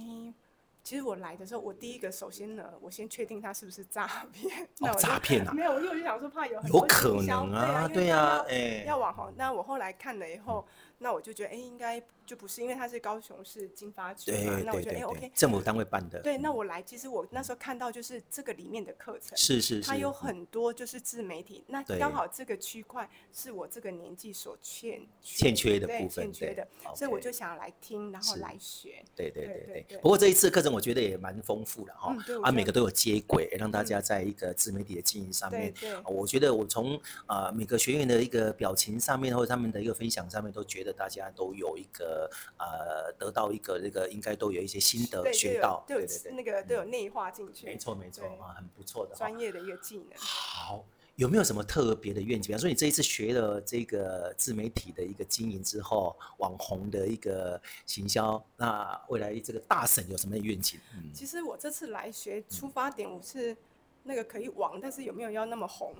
Speaker 3: 其实我来的时候，我第一个首先呢，我先确定他是不是诈骗。 *laughs* 那我就
Speaker 1: 诈骗啊
Speaker 3: 没有，我就想说怕有很
Speaker 1: 有
Speaker 3: 多
Speaker 1: 可
Speaker 3: 营销
Speaker 1: 能啊，，
Speaker 3: 对啊因为
Speaker 1: 对
Speaker 3: 他
Speaker 1: 啊
Speaker 3: 要，
Speaker 1: 哎，
Speaker 3: 要网红。那我后来看了以后，那我就觉得，哎、应该就不是，因为他是高雄市金发局
Speaker 1: 对
Speaker 3: 嘛。那我
Speaker 1: 对
Speaker 3: 觉得，哎、
Speaker 1: 对
Speaker 3: o
Speaker 1: 对
Speaker 3: k，
Speaker 1: 政府单位办的，
Speaker 3: 对，那
Speaker 1: 嗯
Speaker 3: 我来，其实我那时候看到就是这个里面的课程，
Speaker 1: 是是是，
Speaker 3: 它有
Speaker 1: 嗯
Speaker 3: 很多就是自媒体，那
Speaker 1: 对
Speaker 3: 刚好这个区块是我这个年纪所欠
Speaker 1: 欠缺的
Speaker 3: 对
Speaker 1: 部分，
Speaker 3: 欠缺
Speaker 1: 对
Speaker 3: 的，所以我
Speaker 1: OK
Speaker 3: 就想要来听，然后
Speaker 1: 是
Speaker 3: 来学。
Speaker 1: 对对
Speaker 3: 对
Speaker 1: 对
Speaker 3: 对
Speaker 1: 对。
Speaker 3: 对
Speaker 1: 不过这一次课程我觉得也蛮丰富的哈
Speaker 3: 嗯对，我
Speaker 1: 啊，
Speaker 3: 觉
Speaker 1: 每
Speaker 3: 得嗯
Speaker 1: 个都有接轨，让大家在一个自媒体的经营上
Speaker 3: 对
Speaker 1: 面
Speaker 3: 对，
Speaker 1: 啊我觉得我从呃每个学员的一个表情上面，或者他们的一个分享上面，都觉得大家都有一个呃得到一个这个应该都有一些心得
Speaker 3: 对，
Speaker 1: 学到，
Speaker 3: 都有
Speaker 1: 对
Speaker 3: 都
Speaker 1: 对
Speaker 3: 有
Speaker 1: 对，
Speaker 3: 那个都有内化进去，
Speaker 1: 没错没错
Speaker 3: 对
Speaker 1: 啊，很不错的哈。
Speaker 3: 专业的一个技能。
Speaker 1: 好，有没有什么特别的愿景？比方说，你这一次学了这个自媒体的一个经营之后，网红的一个行销，那未来这个大神有什么愿景？嗯，
Speaker 3: 其实我这次来学出发点我是那个可以网，但是有没有要那么红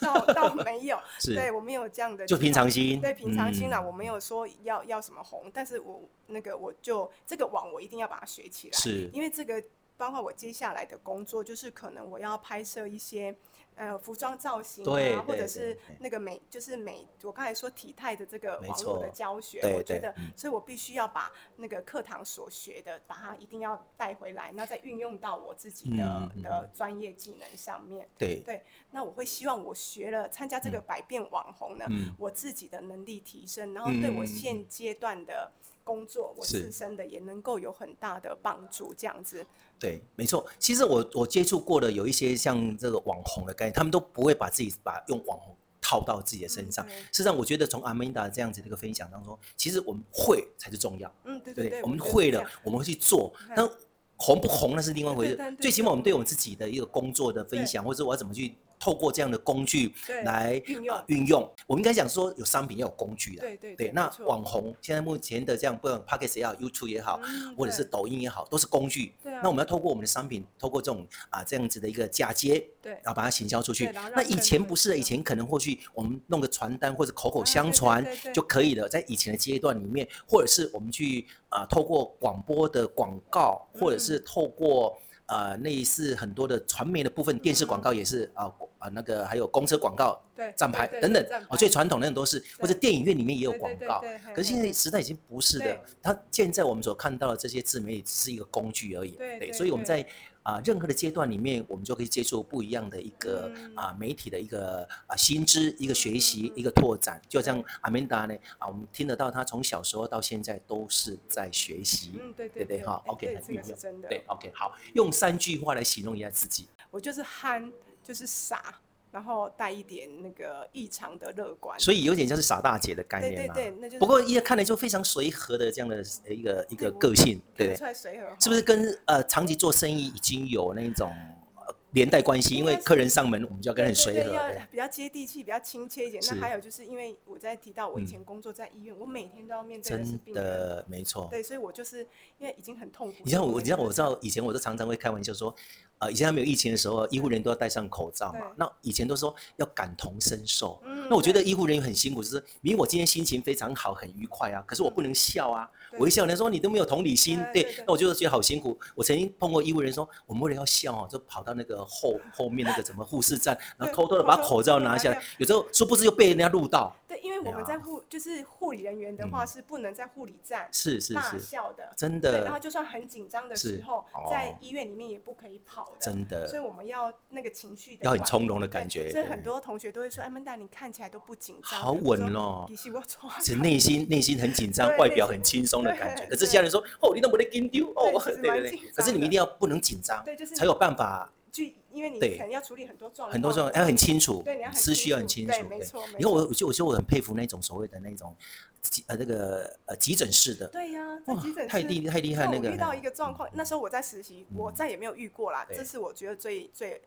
Speaker 3: 到到到没有？
Speaker 1: *laughs* 是
Speaker 3: 对我没有这样的，
Speaker 1: 就平常。心，
Speaker 3: 对平常心啦，
Speaker 1: 嗯
Speaker 3: 我没有说要要什么红，但是我那个我就这个网我一定要把它学起来，
Speaker 1: 是
Speaker 3: 因为这个包括我接下来的工作，就是可能我要拍摄一些呃服装造型啊，
Speaker 1: 对
Speaker 3: 或
Speaker 1: 对
Speaker 3: 者
Speaker 1: 对
Speaker 3: 是
Speaker 1: 对
Speaker 3: 那个美，就是美，我刚才说体态的这个
Speaker 1: 没
Speaker 3: 网络的
Speaker 1: 错
Speaker 3: 教学，
Speaker 1: 对
Speaker 3: 我觉
Speaker 1: 对
Speaker 3: 得
Speaker 1: 嗯，
Speaker 3: 所以我必须要把那个课堂所学的，把它一定要带回来，那再运用到我自己的
Speaker 1: 嗯、嗯嗯
Speaker 3: 的专业技能上面。
Speaker 1: 对
Speaker 3: 对，那我会希望我学了参加这个百变网红呢，
Speaker 1: 嗯
Speaker 3: 我自己的能力提升，然后对我
Speaker 1: 嗯
Speaker 3: 现阶段的工作，我
Speaker 1: 是
Speaker 3: 自身的也能够有很大的帮助，这样子。
Speaker 1: 对，没错。其实我我接触过的有一些像这个网红的概念，他们都不会把自己把用网红套到自己的身
Speaker 3: 嗯
Speaker 1: 上。
Speaker 3: 对
Speaker 1: 事实上，我觉得从阿曼达这样子的一个分享当中，其实我们会才是重要。
Speaker 3: 嗯，对
Speaker 1: 对
Speaker 3: 对，
Speaker 1: 我们
Speaker 3: 觉得
Speaker 1: 会
Speaker 3: 是这
Speaker 1: 了
Speaker 3: 样，
Speaker 1: 我们会去做。
Speaker 3: 嗯
Speaker 1: 但红不红那是另外一回
Speaker 3: 对对
Speaker 1: 事
Speaker 3: 对。
Speaker 1: 最起码
Speaker 3: 对
Speaker 1: 我们对我们自己的一个工作的分
Speaker 3: 对
Speaker 1: 享，或者我要怎么去透过这样的工具
Speaker 3: 对
Speaker 1: 来
Speaker 3: 运用
Speaker 1: 呃运用。我们应该讲说有商品要有工具的。啊
Speaker 3: 对对
Speaker 1: 对
Speaker 3: 对，
Speaker 1: 那
Speaker 3: 没错
Speaker 1: 网红现在目前的这样，不管 p o c k e t 也好，YouTube 也好，
Speaker 3: 嗯
Speaker 1: 或者是
Speaker 3: 对
Speaker 1: 抖音也好，都是工具。
Speaker 3: 对啊
Speaker 1: 那我们要透过我们的商品，透过这种啊这样子的一个嫁接，
Speaker 3: 对
Speaker 1: 然后把它行销出去
Speaker 3: 对然后。
Speaker 1: 那
Speaker 3: 让
Speaker 1: 以
Speaker 3: 更
Speaker 1: 前
Speaker 3: 多
Speaker 1: 不
Speaker 3: 人
Speaker 1: 是的，
Speaker 3: 知
Speaker 1: 以
Speaker 3: 道
Speaker 1: 前可能或许我们弄个传单或者口口
Speaker 3: 啊
Speaker 1: 相
Speaker 3: 对对
Speaker 1: 传
Speaker 3: 对对
Speaker 1: 就可以了，在以前的阶段里面，或者是我们去啊、呃透过广播的广告，或者
Speaker 3: 嗯
Speaker 1: 是透过呃类似很多的传媒的部分，电视广告也是啊啊、那个还有公车广告。
Speaker 3: 对
Speaker 1: 站
Speaker 3: 嗯对
Speaker 1: 牌
Speaker 3: 对
Speaker 1: 等
Speaker 3: 对
Speaker 1: 等
Speaker 3: 站，
Speaker 1: 哦，最
Speaker 3: 牌
Speaker 1: 传统的那种都是，或者
Speaker 3: 对
Speaker 1: 电影院里面也有
Speaker 3: 对对
Speaker 1: 广
Speaker 3: 对
Speaker 1: 告
Speaker 3: 对嘿，
Speaker 1: 可是现
Speaker 3: 嘿
Speaker 1: 在时代已经不是的
Speaker 3: 对，
Speaker 1: 它现在我们所看到的这些自媒体只是一个工具而已，
Speaker 3: 对对
Speaker 1: 所以我们
Speaker 3: 对
Speaker 1: 在啊、任何的阶段里面，我们就可以接触不一样的一个
Speaker 3: 嗯
Speaker 1: 啊、媒体的一个啊新知、一个学习、
Speaker 3: 嗯
Speaker 1: 一个拓展。就像
Speaker 3: 对
Speaker 1: 阿曼达呢啊，我们听得到他从小时候到现在都是在学习，
Speaker 3: 嗯，对
Speaker 1: 对
Speaker 3: 对
Speaker 1: 对哈
Speaker 3: 哎
Speaker 1: ，OK，
Speaker 3: 对
Speaker 1: 很
Speaker 3: 这
Speaker 1: 运
Speaker 3: 个是
Speaker 1: 用，
Speaker 3: 真的。
Speaker 1: 对，OK，好，用三句话来形容一下自己，
Speaker 3: 我就是憨，就是傻，然后带一点那个异常的乐观。
Speaker 1: 所以有点像是傻大姐的概
Speaker 3: 对
Speaker 1: 念
Speaker 3: 对
Speaker 1: 啦。
Speaker 3: 对，那就是
Speaker 1: 不过一看来就非常随和的这样的一个一个个性，对不对？
Speaker 3: 看出来随和哈，
Speaker 1: 是不是跟呃长期做生意已经有那种呃连带关系？因为
Speaker 3: 应该是
Speaker 1: 客人上门，我们就要
Speaker 3: 对
Speaker 1: 跟
Speaker 3: 对
Speaker 1: 很随和。
Speaker 3: 对
Speaker 1: 对
Speaker 3: 要比较接地气，比较亲切一点。那
Speaker 1: 是
Speaker 3: 还有就是因为我在提到我以
Speaker 1: 嗯
Speaker 3: 前工作在医院，我每天都要面对的是
Speaker 1: 真
Speaker 3: 病人，
Speaker 1: 的没错。
Speaker 3: 对，所以我就是因为已经很痛苦。
Speaker 1: 你知道
Speaker 3: 所以
Speaker 1: 我，你
Speaker 3: 每
Speaker 1: 知道
Speaker 3: 天
Speaker 1: 我知道以前我都常常会开玩笑说，呃，以前还没有疫情的时候，医护人员都要戴上口罩嘛
Speaker 3: 对。
Speaker 1: 那以前都说要感同身受。
Speaker 3: 嗯
Speaker 1: 那我觉得
Speaker 3: 对
Speaker 1: 医护人员很辛苦，就是明明我今天心情非常好，很愉快啊，可是我不能笑啊。我一笑，人家说你都没有同理心，
Speaker 3: 嗯
Speaker 1: 对
Speaker 3: 对对对，
Speaker 1: 那我就觉得好辛苦。我曾经碰过医务人员说，我们为了要笑哦，就跑到那个后后面那个什么护士站，然后
Speaker 3: *laughs* 对
Speaker 1: 偷偷的把口罩拿下来
Speaker 3: 偷 *laughs* 偷，
Speaker 1: 有时候殊不知又被人家录到。
Speaker 3: 对，因为我们在护就是护理人员的话是不能在护理站
Speaker 1: 嗯是是
Speaker 3: 大
Speaker 1: 是，
Speaker 3: 笑的，
Speaker 1: 真
Speaker 3: 对，然后
Speaker 1: 的
Speaker 3: 就算很紧张的
Speaker 1: 是
Speaker 3: 时候，
Speaker 1: 哦
Speaker 3: 在医院里面也不可以跑的，
Speaker 1: 真
Speaker 3: 所以
Speaker 1: 的
Speaker 3: 我们要那个情绪的
Speaker 1: 要很
Speaker 3: 管
Speaker 1: 从容的
Speaker 3: 对
Speaker 1: 感觉。
Speaker 3: 所以
Speaker 1: 对
Speaker 3: 很多同学都会说：“哎，曼达，你看起来都不紧张，
Speaker 1: 好稳哦
Speaker 3: 其实我从来
Speaker 1: 是内心内心很紧张，
Speaker 3: 对
Speaker 1: 外表很轻松的感觉。
Speaker 3: 对
Speaker 1: 可是家人说：“哦，你都没得紧丢哦。”对
Speaker 3: 对其实
Speaker 1: *laughs*
Speaker 3: 蛮
Speaker 1: 对对
Speaker 3: 紧。张
Speaker 1: 可是你们一定要不能紧张，
Speaker 3: 对，就是
Speaker 1: 才有办法
Speaker 3: 就因为你
Speaker 1: 对
Speaker 3: 可能要处理很多状况，
Speaker 1: 很多时候哎要很清楚
Speaker 3: 对，你要，很
Speaker 1: 思绪要很清楚。
Speaker 3: 对，没错，没
Speaker 1: 你看
Speaker 3: 错
Speaker 1: 我，我就我就我很佩服那种所谓的那种急呃那个呃急诊室的，
Speaker 3: 对呀，在
Speaker 1: 哇
Speaker 3: 急诊，
Speaker 1: 太
Speaker 3: 室
Speaker 1: 厉太厉害
Speaker 3: 那
Speaker 1: 那
Speaker 3: 我
Speaker 1: 个
Speaker 3: 遇到
Speaker 1: 了
Speaker 3: 一。个状况，那时候我在实习，我
Speaker 1: 嗯
Speaker 3: 再也没有遇过啦。
Speaker 1: 对
Speaker 3: 这是我觉得最最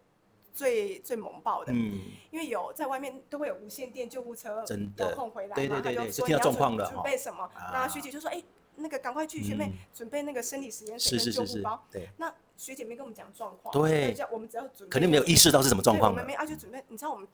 Speaker 3: 最最猛爆的，
Speaker 1: 嗯，
Speaker 3: 因为有在外面都会有无线电救护车
Speaker 1: 真
Speaker 3: 有
Speaker 1: 的
Speaker 3: 空回来嘛，
Speaker 1: 对对
Speaker 3: 他
Speaker 1: 对
Speaker 3: 就
Speaker 1: 对是
Speaker 3: 说
Speaker 1: 听
Speaker 3: 你
Speaker 1: 到
Speaker 3: 要
Speaker 1: 状况
Speaker 3: 准
Speaker 1: 了
Speaker 3: 准
Speaker 1: 哈
Speaker 3: 备什么？那
Speaker 1: 啊
Speaker 3: 学姐就说：“哎，那个赶快去，学妹
Speaker 1: 嗯
Speaker 3: 准备那个生理实验
Speaker 1: 是
Speaker 3: 水
Speaker 1: 是
Speaker 3: 跟救
Speaker 1: 是
Speaker 3: 护
Speaker 1: 是
Speaker 3: 包。，
Speaker 1: 对，”
Speaker 3: 那学姐没跟我们讲状况，
Speaker 1: 对
Speaker 3: 所以叫我们只要准备
Speaker 1: 肯定没有意识到是什么状
Speaker 3: 对
Speaker 1: 况
Speaker 3: 我们
Speaker 1: 的
Speaker 3: 没。啊，就准备，你知道我们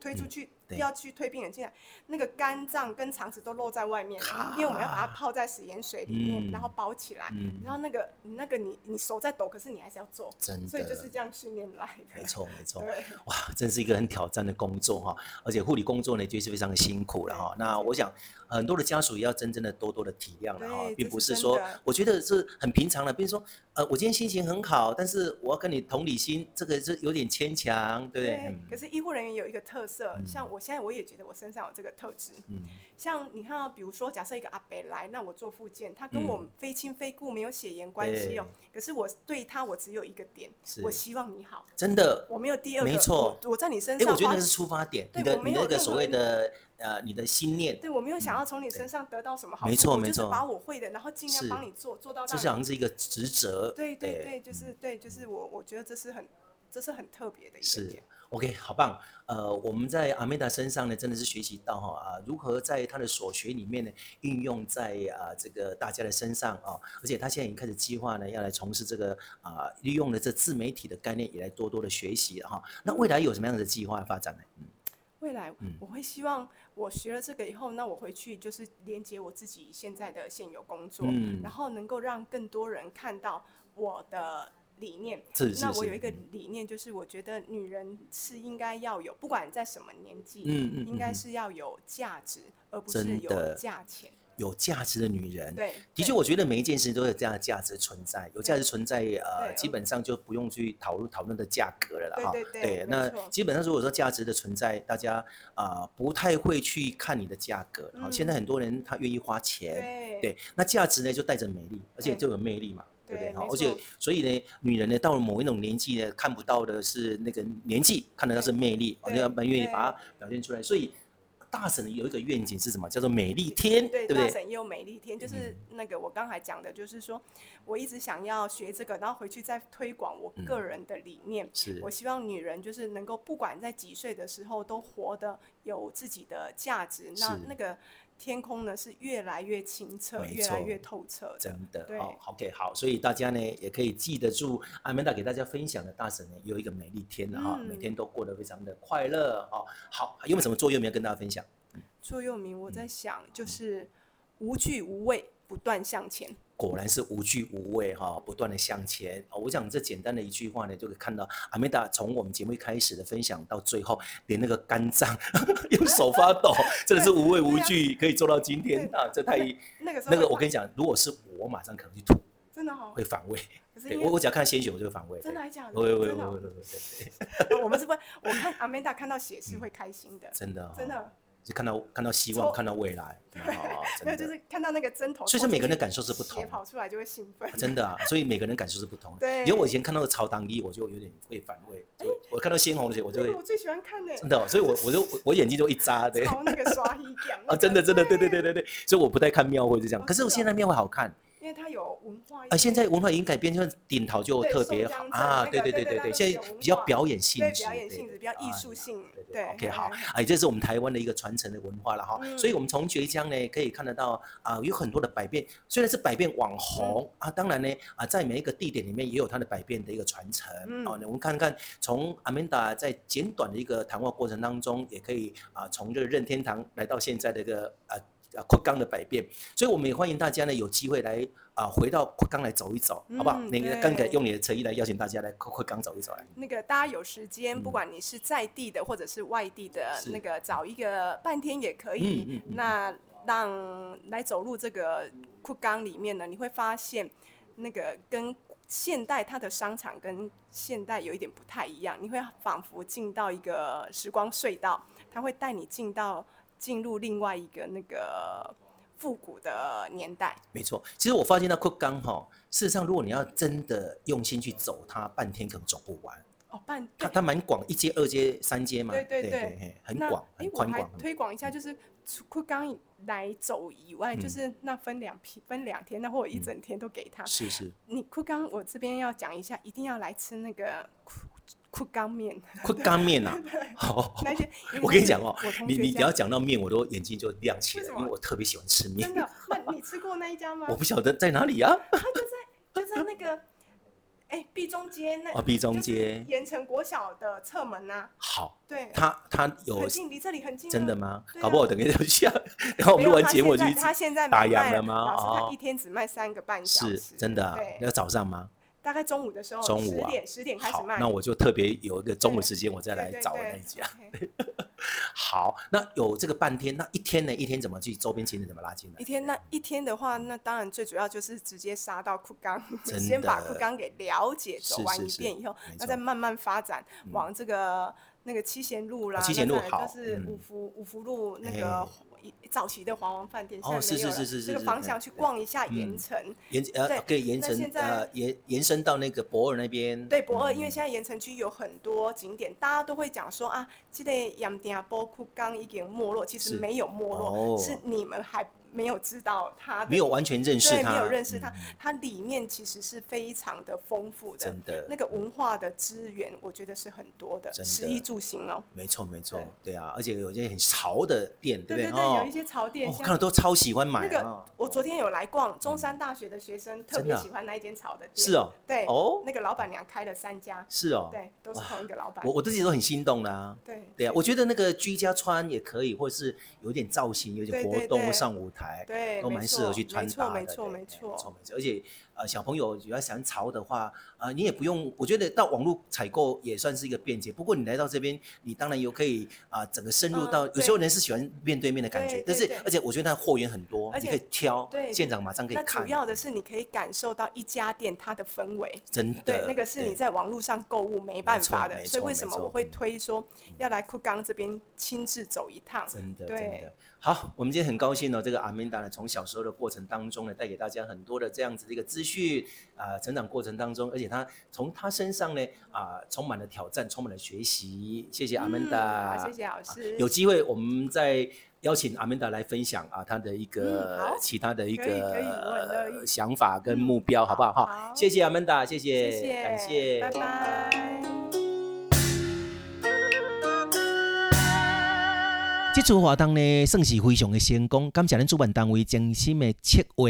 Speaker 3: 推出去、
Speaker 1: 对
Speaker 3: 要去推病人进来，那个肝脏跟肠子都露在外面，因为我们要把它泡在食盐水里面，
Speaker 1: 嗯
Speaker 3: 然后包起来，
Speaker 1: 嗯，
Speaker 3: 然后那个那个你你手在抖，可是你还是要做，
Speaker 1: 真
Speaker 3: 所以就是
Speaker 1: 的，
Speaker 3: 这样训练来的。
Speaker 1: 没错没错。
Speaker 3: 对，
Speaker 1: 哇，真是一个很挑战的工作哈、而且护理工作呢，就是非常的辛苦了哈、
Speaker 3: 对
Speaker 1: 那我想，很多的家属也要真正的多多的体谅了哈、
Speaker 3: 对
Speaker 1: 并
Speaker 3: 这
Speaker 1: 不
Speaker 3: 是
Speaker 1: 是
Speaker 3: 真
Speaker 1: 说
Speaker 3: 的，
Speaker 1: 我觉得是很平常的，比如说，呃，我今天心情很好，但是我要跟你同理心，这个是有点牵强，对不对？嗯
Speaker 3: 可是医护人员有一个特色，
Speaker 1: 嗯
Speaker 3: 像我现在我也觉得我身上有这个特质。
Speaker 1: 嗯，
Speaker 3: 像你看到，比如说假设一个阿伯来，那我做复健，他跟
Speaker 1: 嗯
Speaker 3: 我非亲非故，没有血缘关系哦。可是我对他，我只有一个点，
Speaker 1: 是
Speaker 3: 我希望你好。
Speaker 1: 真的。
Speaker 3: 我没有第二个，
Speaker 1: 没错
Speaker 3: 我我在你身
Speaker 1: 哎，
Speaker 3: 上
Speaker 1: 我觉得
Speaker 3: 花
Speaker 1: 那个是出发点，
Speaker 3: 对
Speaker 1: 你
Speaker 3: 我
Speaker 1: 的
Speaker 3: 没
Speaker 1: 你
Speaker 3: 有
Speaker 1: 那个
Speaker 3: 任
Speaker 1: 所
Speaker 3: 何
Speaker 1: 谓
Speaker 3: 一
Speaker 1: 的呃你的心念，
Speaker 3: 对我没有想要从你
Speaker 1: 对
Speaker 3: 身上得到什么好处，
Speaker 1: 没错
Speaker 3: 我就
Speaker 1: 没
Speaker 3: 是
Speaker 1: 错
Speaker 3: 把我会的，然后尽量
Speaker 1: 是
Speaker 3: 帮你做，做到
Speaker 1: 这
Speaker 3: 让
Speaker 1: 是好像
Speaker 3: 你。
Speaker 1: 是一个职责。
Speaker 3: 对对
Speaker 1: 哎
Speaker 3: 对，就是对，就是我我觉得这是很这是很特别的一个
Speaker 1: 是
Speaker 3: 点。
Speaker 1: ，OK，好棒。呃，我们在阿美达身上呢，真的是学习到哈、啊，如何在他的所学里面呢，运用在啊这个大家的身上啊，而且他现在已经开始计划呢，要来从事这个啊，利用了这自媒体的概念，也来多多的学习哈、
Speaker 3: 嗯
Speaker 1: 那未来有什么样的计划发展呢？嗯，
Speaker 3: 未来
Speaker 1: 嗯
Speaker 3: 我会希望我学了这个以后，那我回去就是连接我自己现在的现有工作，
Speaker 1: 嗯
Speaker 3: 然后能够让更多人看到我的理念。
Speaker 1: 是是
Speaker 3: 那我
Speaker 1: 是
Speaker 3: 有一个
Speaker 1: 嗯
Speaker 3: 理念，就是我觉得女人是应该要有，不管在什么年纪，
Speaker 1: 嗯嗯
Speaker 3: 应该
Speaker 1: 嗯
Speaker 3: 是要有价值，而不是
Speaker 1: 真
Speaker 3: 有
Speaker 1: 的
Speaker 3: 价钱。
Speaker 1: 嗯有价值的女人。
Speaker 3: 对，
Speaker 1: 的
Speaker 3: 对
Speaker 1: 确，我觉得每一件事情都有这样的价值存在，有价值存在，呃，
Speaker 3: 对
Speaker 1: 基本上就不用去讨论讨论的价格了啦
Speaker 3: 对
Speaker 1: 哈。
Speaker 3: 对对没
Speaker 1: 那
Speaker 3: 错
Speaker 1: 基本上如果说价值的存在，大家啊、呃不太会去看你的价格。好、现在
Speaker 3: 嗯
Speaker 1: 很多人他愿意花钱，
Speaker 3: 对
Speaker 1: 对，那价值呢就带着美丽，而且
Speaker 3: 对
Speaker 1: 就有魅力嘛。对不
Speaker 3: 对
Speaker 1: 对？好，
Speaker 3: 没
Speaker 1: 而且
Speaker 3: 错
Speaker 1: 所以呢，女人呢到了某一种年纪呢，看不到的是那个年纪，看得到是魅力，好
Speaker 3: 对
Speaker 1: 像蛮愿意
Speaker 3: 对
Speaker 1: 把它表现出来。所以大神有一个愿景是什么？叫做美丽天，
Speaker 3: 对，
Speaker 1: 不
Speaker 3: 大
Speaker 1: 对？嗯
Speaker 3: 神也有美丽天，就是那个我刚才讲的，就是说我一直想要学这个，然后回去再推广我
Speaker 1: 嗯
Speaker 3: 个人的理念。
Speaker 1: 是
Speaker 3: 我希望女人就是能够，不管在几岁的时候，都活得有自己的价值。那
Speaker 1: 是
Speaker 3: 那个天空呢，是越来越清澈，
Speaker 1: 没
Speaker 3: 越来
Speaker 1: 错
Speaker 3: 越透彻的。
Speaker 1: 真的
Speaker 3: 对
Speaker 1: 哦，OK，好，所以大家呢也可以记得住阿曼达给大家分享的大神呢有一个美丽天了哈、
Speaker 3: 嗯
Speaker 1: 每天都过得非常的快乐哦。好，有没有什么座右铭要跟大家分享？
Speaker 3: 座右铭
Speaker 1: 嗯
Speaker 3: 我在想，就是无惧无畏，不断向前。
Speaker 1: 果然是无惧无畏哈、不断的向前、哦。我想这简单的一句话呢，就可以看到阿美达从我们节目一开始的分享到最后，连那个肝脏 *laughs* 用手发
Speaker 3: *laughs*
Speaker 1: 抖，真的是无畏无惧，可以做到今天
Speaker 3: 对
Speaker 1: 啊，这太
Speaker 3: 那个时候
Speaker 1: 那个
Speaker 3: 会
Speaker 1: 我跟你讲，如果是我，马上可能去吐，
Speaker 3: 真的好，
Speaker 1: 会反胃。
Speaker 3: 可是
Speaker 1: 对
Speaker 3: 因
Speaker 1: 我，
Speaker 3: 为
Speaker 1: 我只要看鲜血，我就会反胃。
Speaker 3: 真的
Speaker 1: 对
Speaker 3: 还假的？
Speaker 1: 会会会
Speaker 3: 真
Speaker 1: 会
Speaker 3: 的哦
Speaker 1: 会，会，对对
Speaker 3: 我们是不会，我看阿曼达看到血是会开心的。
Speaker 1: 真的哦
Speaker 3: *laughs* 真的，
Speaker 1: 就看到看到希望，
Speaker 3: 错
Speaker 1: 看到未
Speaker 3: *laughs*
Speaker 1: 来，很好啊，
Speaker 3: 没有
Speaker 1: 真
Speaker 3: 就
Speaker 1: 的
Speaker 3: 是，看到那个针头，
Speaker 1: 所以说每个人的感受是不
Speaker 3: 血
Speaker 1: 同，
Speaker 3: 跑出来就会兴奋， *laughs*
Speaker 1: 真的啊，所以每个人感受是不同的。
Speaker 3: 对哎
Speaker 1: 有我以前看到的超当一，我就有点会反胃，就我看到鲜红的血，我就
Speaker 3: 这
Speaker 1: 会
Speaker 3: *laughs* 个我最喜欢看呢，
Speaker 1: 真的哦，所以我我就我我眼睛就一眨，对，
Speaker 3: 超那个刷一
Speaker 1: *laughs*
Speaker 3: 感
Speaker 1: 啊，真的真的，对对对，对对，所以我不太看庙会就这样。
Speaker 3: 哦
Speaker 1: 可是
Speaker 3: 是
Speaker 1: 我现
Speaker 3: 哦
Speaker 1: 在庙会好看，
Speaker 3: 因为它有文化一点，
Speaker 1: 啊，现在文化已经改变，就是顶头就
Speaker 3: 对
Speaker 1: 特
Speaker 3: 宋
Speaker 1: 别
Speaker 3: 江
Speaker 1: 好
Speaker 3: 镇
Speaker 1: 啊，
Speaker 3: 那
Speaker 1: 对对
Speaker 3: 个对
Speaker 1: 对
Speaker 3: 对
Speaker 1: 对
Speaker 3: 它
Speaker 1: 对，
Speaker 3: 都
Speaker 1: 现
Speaker 3: 有
Speaker 1: 在
Speaker 3: 文
Speaker 1: 比较
Speaker 3: 化
Speaker 1: 表演性
Speaker 3: 对
Speaker 1: 质，
Speaker 3: 表演性质比
Speaker 1: 啊
Speaker 3: 较艺术性
Speaker 1: 对，对
Speaker 3: 对
Speaker 1: OK，
Speaker 3: 嗯
Speaker 1: 好，哎，这是我们台湾的一个传承的文化了哈，所以
Speaker 3: 嗯
Speaker 1: 我们从绝江呢可以看得到啊、有很多的百变，虽然是百变网红、
Speaker 3: 嗯
Speaker 1: 啊，当然呢啊，在每一个地点里面也有它的百变的一个传承、
Speaker 3: 嗯
Speaker 1: 哦。那我们看看从阿曼达在简短的一个谈话过程当中，也可以啊，从这个任天堂来到现在的一个啊。啊，扩冈的百变，所以我们也欢迎大家呢有机会来啊，回到扩冈来走一走，好不好？
Speaker 3: 嗯
Speaker 1: 你
Speaker 3: 对
Speaker 1: 刚才用你的诚意来邀请大家来扩扩冈走一走来。
Speaker 3: 那个大家有时间，
Speaker 1: 嗯
Speaker 3: 不管你是在地的或者是外地的
Speaker 1: 是，
Speaker 3: 那个找一个半天也可以。
Speaker 1: 嗯嗯嗯
Speaker 3: 那让来走入这个库冈里面呢，你会发现那个跟现代它的商场跟现代有一点不太一样，你会仿佛进到一个时光隧道，它会带你进到进入另外一个那个复古的年代。
Speaker 1: 没错，其实我发现到扩冈哈，事实上如果你要真的用心去走它，半天可能走不完。
Speaker 3: 哦，半
Speaker 1: 它它蛮广，一街、二街、三街嘛，
Speaker 3: 对对对
Speaker 1: 嘿很
Speaker 3: 那
Speaker 1: 广，
Speaker 3: 诶
Speaker 1: 很
Speaker 3: 我
Speaker 1: 宽
Speaker 3: 还
Speaker 1: 广。
Speaker 3: 推广一下，就是除库刚来走以外，
Speaker 1: 嗯
Speaker 3: 就是那分两批，分两天，那或者一
Speaker 1: 嗯
Speaker 3: 整天都给他。
Speaker 1: 是
Speaker 3: *laughs*
Speaker 1: 是，
Speaker 3: 你库刚，我这边要讲一下，一定要来吃那个库库刚面，
Speaker 1: 扩冈面啊，好，
Speaker 3: 那些。因为
Speaker 1: 我跟你
Speaker 3: 是
Speaker 1: 讲哦
Speaker 3: 我同
Speaker 1: 你
Speaker 3: 学
Speaker 1: 你只
Speaker 3: 家
Speaker 1: 要讲到面，我都眼睛就亮起来，
Speaker 3: 为什
Speaker 1: 因
Speaker 3: 么
Speaker 1: 为我特别喜欢吃面 *laughs*
Speaker 3: 真。的，那你吃过那一家吗
Speaker 1: 我？不晓得在哪里啊？
Speaker 3: 就在那个哎毕中街那
Speaker 1: 啊，，毕
Speaker 3: 就
Speaker 1: 嗯中
Speaker 3: 是
Speaker 1: 街。
Speaker 3: 盐城国小的侧门呐，
Speaker 1: 好，
Speaker 3: 对，
Speaker 1: 它它有
Speaker 3: 很近，离这里很近啊。
Speaker 1: 真的吗？
Speaker 3: 对
Speaker 1: 搞不
Speaker 3: 啊
Speaker 1: 好等一下就下， *laughs* 然后我
Speaker 3: 没
Speaker 1: 们录
Speaker 3: 有
Speaker 1: 完
Speaker 3: 他
Speaker 1: 节目我
Speaker 3: 现
Speaker 1: 就
Speaker 3: 在
Speaker 1: 一直
Speaker 3: 他现在
Speaker 1: 打
Speaker 3: 没
Speaker 1: 烊
Speaker 3: 卖
Speaker 1: 了吗
Speaker 3: 老师，
Speaker 1: 哦
Speaker 3: 他一天只卖三个半小时，
Speaker 1: 是真的啊
Speaker 3: 对，
Speaker 1: 要早上吗？
Speaker 3: 大概中午的时候，
Speaker 1: 中
Speaker 3: 十
Speaker 1: 午啊
Speaker 3: 点十点开始
Speaker 1: 好
Speaker 3: 卖。，
Speaker 1: 那我就特别有一个中午
Speaker 3: 对
Speaker 1: 时间，我再
Speaker 3: 对
Speaker 1: 来
Speaker 3: 对
Speaker 1: 找我
Speaker 3: 对
Speaker 1: 那一家。
Speaker 3: OK
Speaker 1: *laughs* 好，那有这个半天，那一天呢？一天怎么去周边行程怎么拉进来
Speaker 3: 一？天那一天的话，那当然最主要就是直接杀到库
Speaker 1: *laughs*
Speaker 3: 冈， *laughs*
Speaker 1: 真
Speaker 3: 先把
Speaker 1: 的
Speaker 3: 库冈给了解
Speaker 1: 是
Speaker 3: 走完
Speaker 1: 是
Speaker 3: 一
Speaker 1: 是
Speaker 3: 遍以后
Speaker 1: 没，
Speaker 3: 那再
Speaker 1: 错
Speaker 3: 慢慢发展
Speaker 1: 嗯啊
Speaker 3: 往这个那个七贤路啦，
Speaker 1: 七贤
Speaker 3: 那
Speaker 1: 路
Speaker 3: 再来
Speaker 1: 好
Speaker 3: 就是
Speaker 1: 嗯
Speaker 3: 五福五福路那
Speaker 1: 哎
Speaker 3: 个一早期的华王饭店，现
Speaker 1: 哦
Speaker 3: 在
Speaker 1: 是
Speaker 3: 没有
Speaker 1: 是是
Speaker 3: 了
Speaker 1: 是
Speaker 3: 这个
Speaker 1: 是
Speaker 3: 方
Speaker 1: 是
Speaker 3: 向去
Speaker 1: 对
Speaker 3: 逛一下盐
Speaker 1: 嗯
Speaker 3: 城，
Speaker 1: 延呃
Speaker 3: 对
Speaker 1: 可以延
Speaker 3: 那
Speaker 1: 伸
Speaker 3: 现在
Speaker 1: 呃延延伸到那个博尔那边。
Speaker 3: 对，博二，因为
Speaker 1: 嗯
Speaker 3: 现在盐城区有很多景点，大家都会讲说啊，这个盐埕波库刚已经没落，其
Speaker 1: 是
Speaker 3: 实没有没落，
Speaker 1: 哦
Speaker 3: 是你们还没有知道它的
Speaker 1: 没有完全认识
Speaker 3: 对，
Speaker 1: 他，
Speaker 3: 没有认识
Speaker 1: 嗯
Speaker 3: 它，它里面其实是非常的丰富的
Speaker 1: 真，的
Speaker 3: 那个文化的资源，我觉得是很多的，
Speaker 1: 真
Speaker 3: 食
Speaker 1: 的
Speaker 3: 衣住行哦，
Speaker 1: 没错没错，对啊，而且有一些很潮的店，
Speaker 3: 对
Speaker 1: 不对？
Speaker 3: 对对，有
Speaker 1: 哦
Speaker 3: 一，些潮店
Speaker 1: 我看了
Speaker 3: 像。
Speaker 1: 都超喜欢买
Speaker 3: 那
Speaker 1: 啊嗯
Speaker 3: 个。，我昨天有来逛中山大学的学生，特
Speaker 1: 真
Speaker 3: 别
Speaker 1: 的啊
Speaker 3: 喜欢那一间潮的店。
Speaker 1: 是哦，
Speaker 3: 对，
Speaker 1: 哦
Speaker 3: 那个老板娘开了三家，
Speaker 1: 是哦，
Speaker 3: 对，都是
Speaker 1: 哇
Speaker 3: 同一个老板
Speaker 1: 我。我自己都很心动啦。
Speaker 3: 对，
Speaker 1: 对啊，我觉得那个居家穿也可以，或者是有点造型，有点
Speaker 3: 对
Speaker 1: 活
Speaker 3: 对
Speaker 1: 动
Speaker 3: 对
Speaker 1: 上舞台，
Speaker 3: 对，
Speaker 1: 都
Speaker 3: 没
Speaker 1: 蛮适合
Speaker 3: 错
Speaker 1: 去穿
Speaker 3: 没
Speaker 1: 搭
Speaker 3: 错，
Speaker 1: 的。
Speaker 3: 没错，
Speaker 1: 对对
Speaker 3: 没错，
Speaker 1: 没错，没错。而且呃，小朋友只要想潮的话，呃，你也不用，我觉得到网络采购也算是一个便捷。不过你来到这边，你当然有可以啊、整个深入
Speaker 3: 嗯
Speaker 1: 到，有
Speaker 3: 对
Speaker 1: 时候人是喜欢面对面的感觉
Speaker 3: 对，
Speaker 1: 但
Speaker 3: 对
Speaker 1: 是
Speaker 3: 对
Speaker 1: 而且我觉得它货源很多，
Speaker 3: 而
Speaker 1: 你
Speaker 3: 且
Speaker 1: 可以挑，
Speaker 3: 对
Speaker 1: 现场马上可以
Speaker 3: 那
Speaker 1: 看。
Speaker 3: 主要的是你可以感受到一家店它的氛围，
Speaker 1: 真的，
Speaker 3: 对，那个是你
Speaker 1: 对
Speaker 3: 在网络上购物没办
Speaker 1: 错
Speaker 3: 法
Speaker 1: 没
Speaker 3: 的，所以
Speaker 1: 错
Speaker 3: 为
Speaker 1: 没
Speaker 3: 什么
Speaker 1: 错
Speaker 3: 我会
Speaker 1: 嗯
Speaker 3: 推说要来库冈这边亲自走一趟？
Speaker 1: 真的，真
Speaker 3: 对
Speaker 1: 的。好，我们今天很高兴哦呢，这个阿明达呢，从小时候的过程当中呢，带给大家很多的这样子的一个资讯啊、成长过程当中，而且他从他身上呢啊、充满了挑战，充满了学习。谢谢阿明达、
Speaker 3: 嗯好谢谢老
Speaker 1: 啊
Speaker 3: 师，
Speaker 1: 有机会我们再邀请阿明达来分享啊，他的一
Speaker 3: 嗯好
Speaker 1: 个其他的一
Speaker 3: 可以可以我很
Speaker 1: 个
Speaker 3: 乐意
Speaker 1: 呃想法跟
Speaker 3: 嗯
Speaker 1: 目标，好不好？哈
Speaker 3: 好，
Speaker 1: 谢谢阿明达，谢
Speaker 3: 谢
Speaker 1: 谢，
Speaker 3: 谢，
Speaker 1: 感谢，
Speaker 3: 拜拜。
Speaker 4: 这次活动呢，算是非常的成功，感谢咱主办单位精心的策划，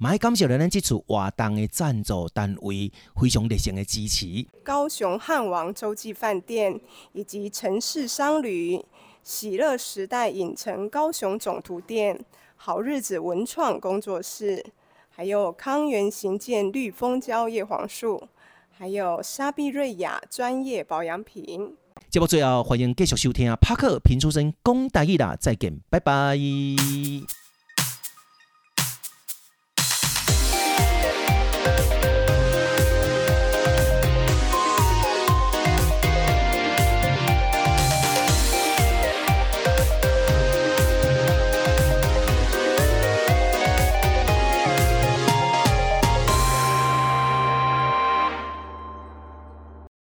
Speaker 4: 嘛也感谢咱这次活动的赞助单位非常热情的支持。
Speaker 3: 高雄汉王洲际饭店以及城市商旅、喜乐时代影城高雄总图店、好日子文创工作室，还有康源行健绿蜂胶叶黄素，还有莎碧瑞雅专业保养品。
Speaker 4: 节目最后，欢迎继续收听帕克评书声讲大意啦，再见，拜拜。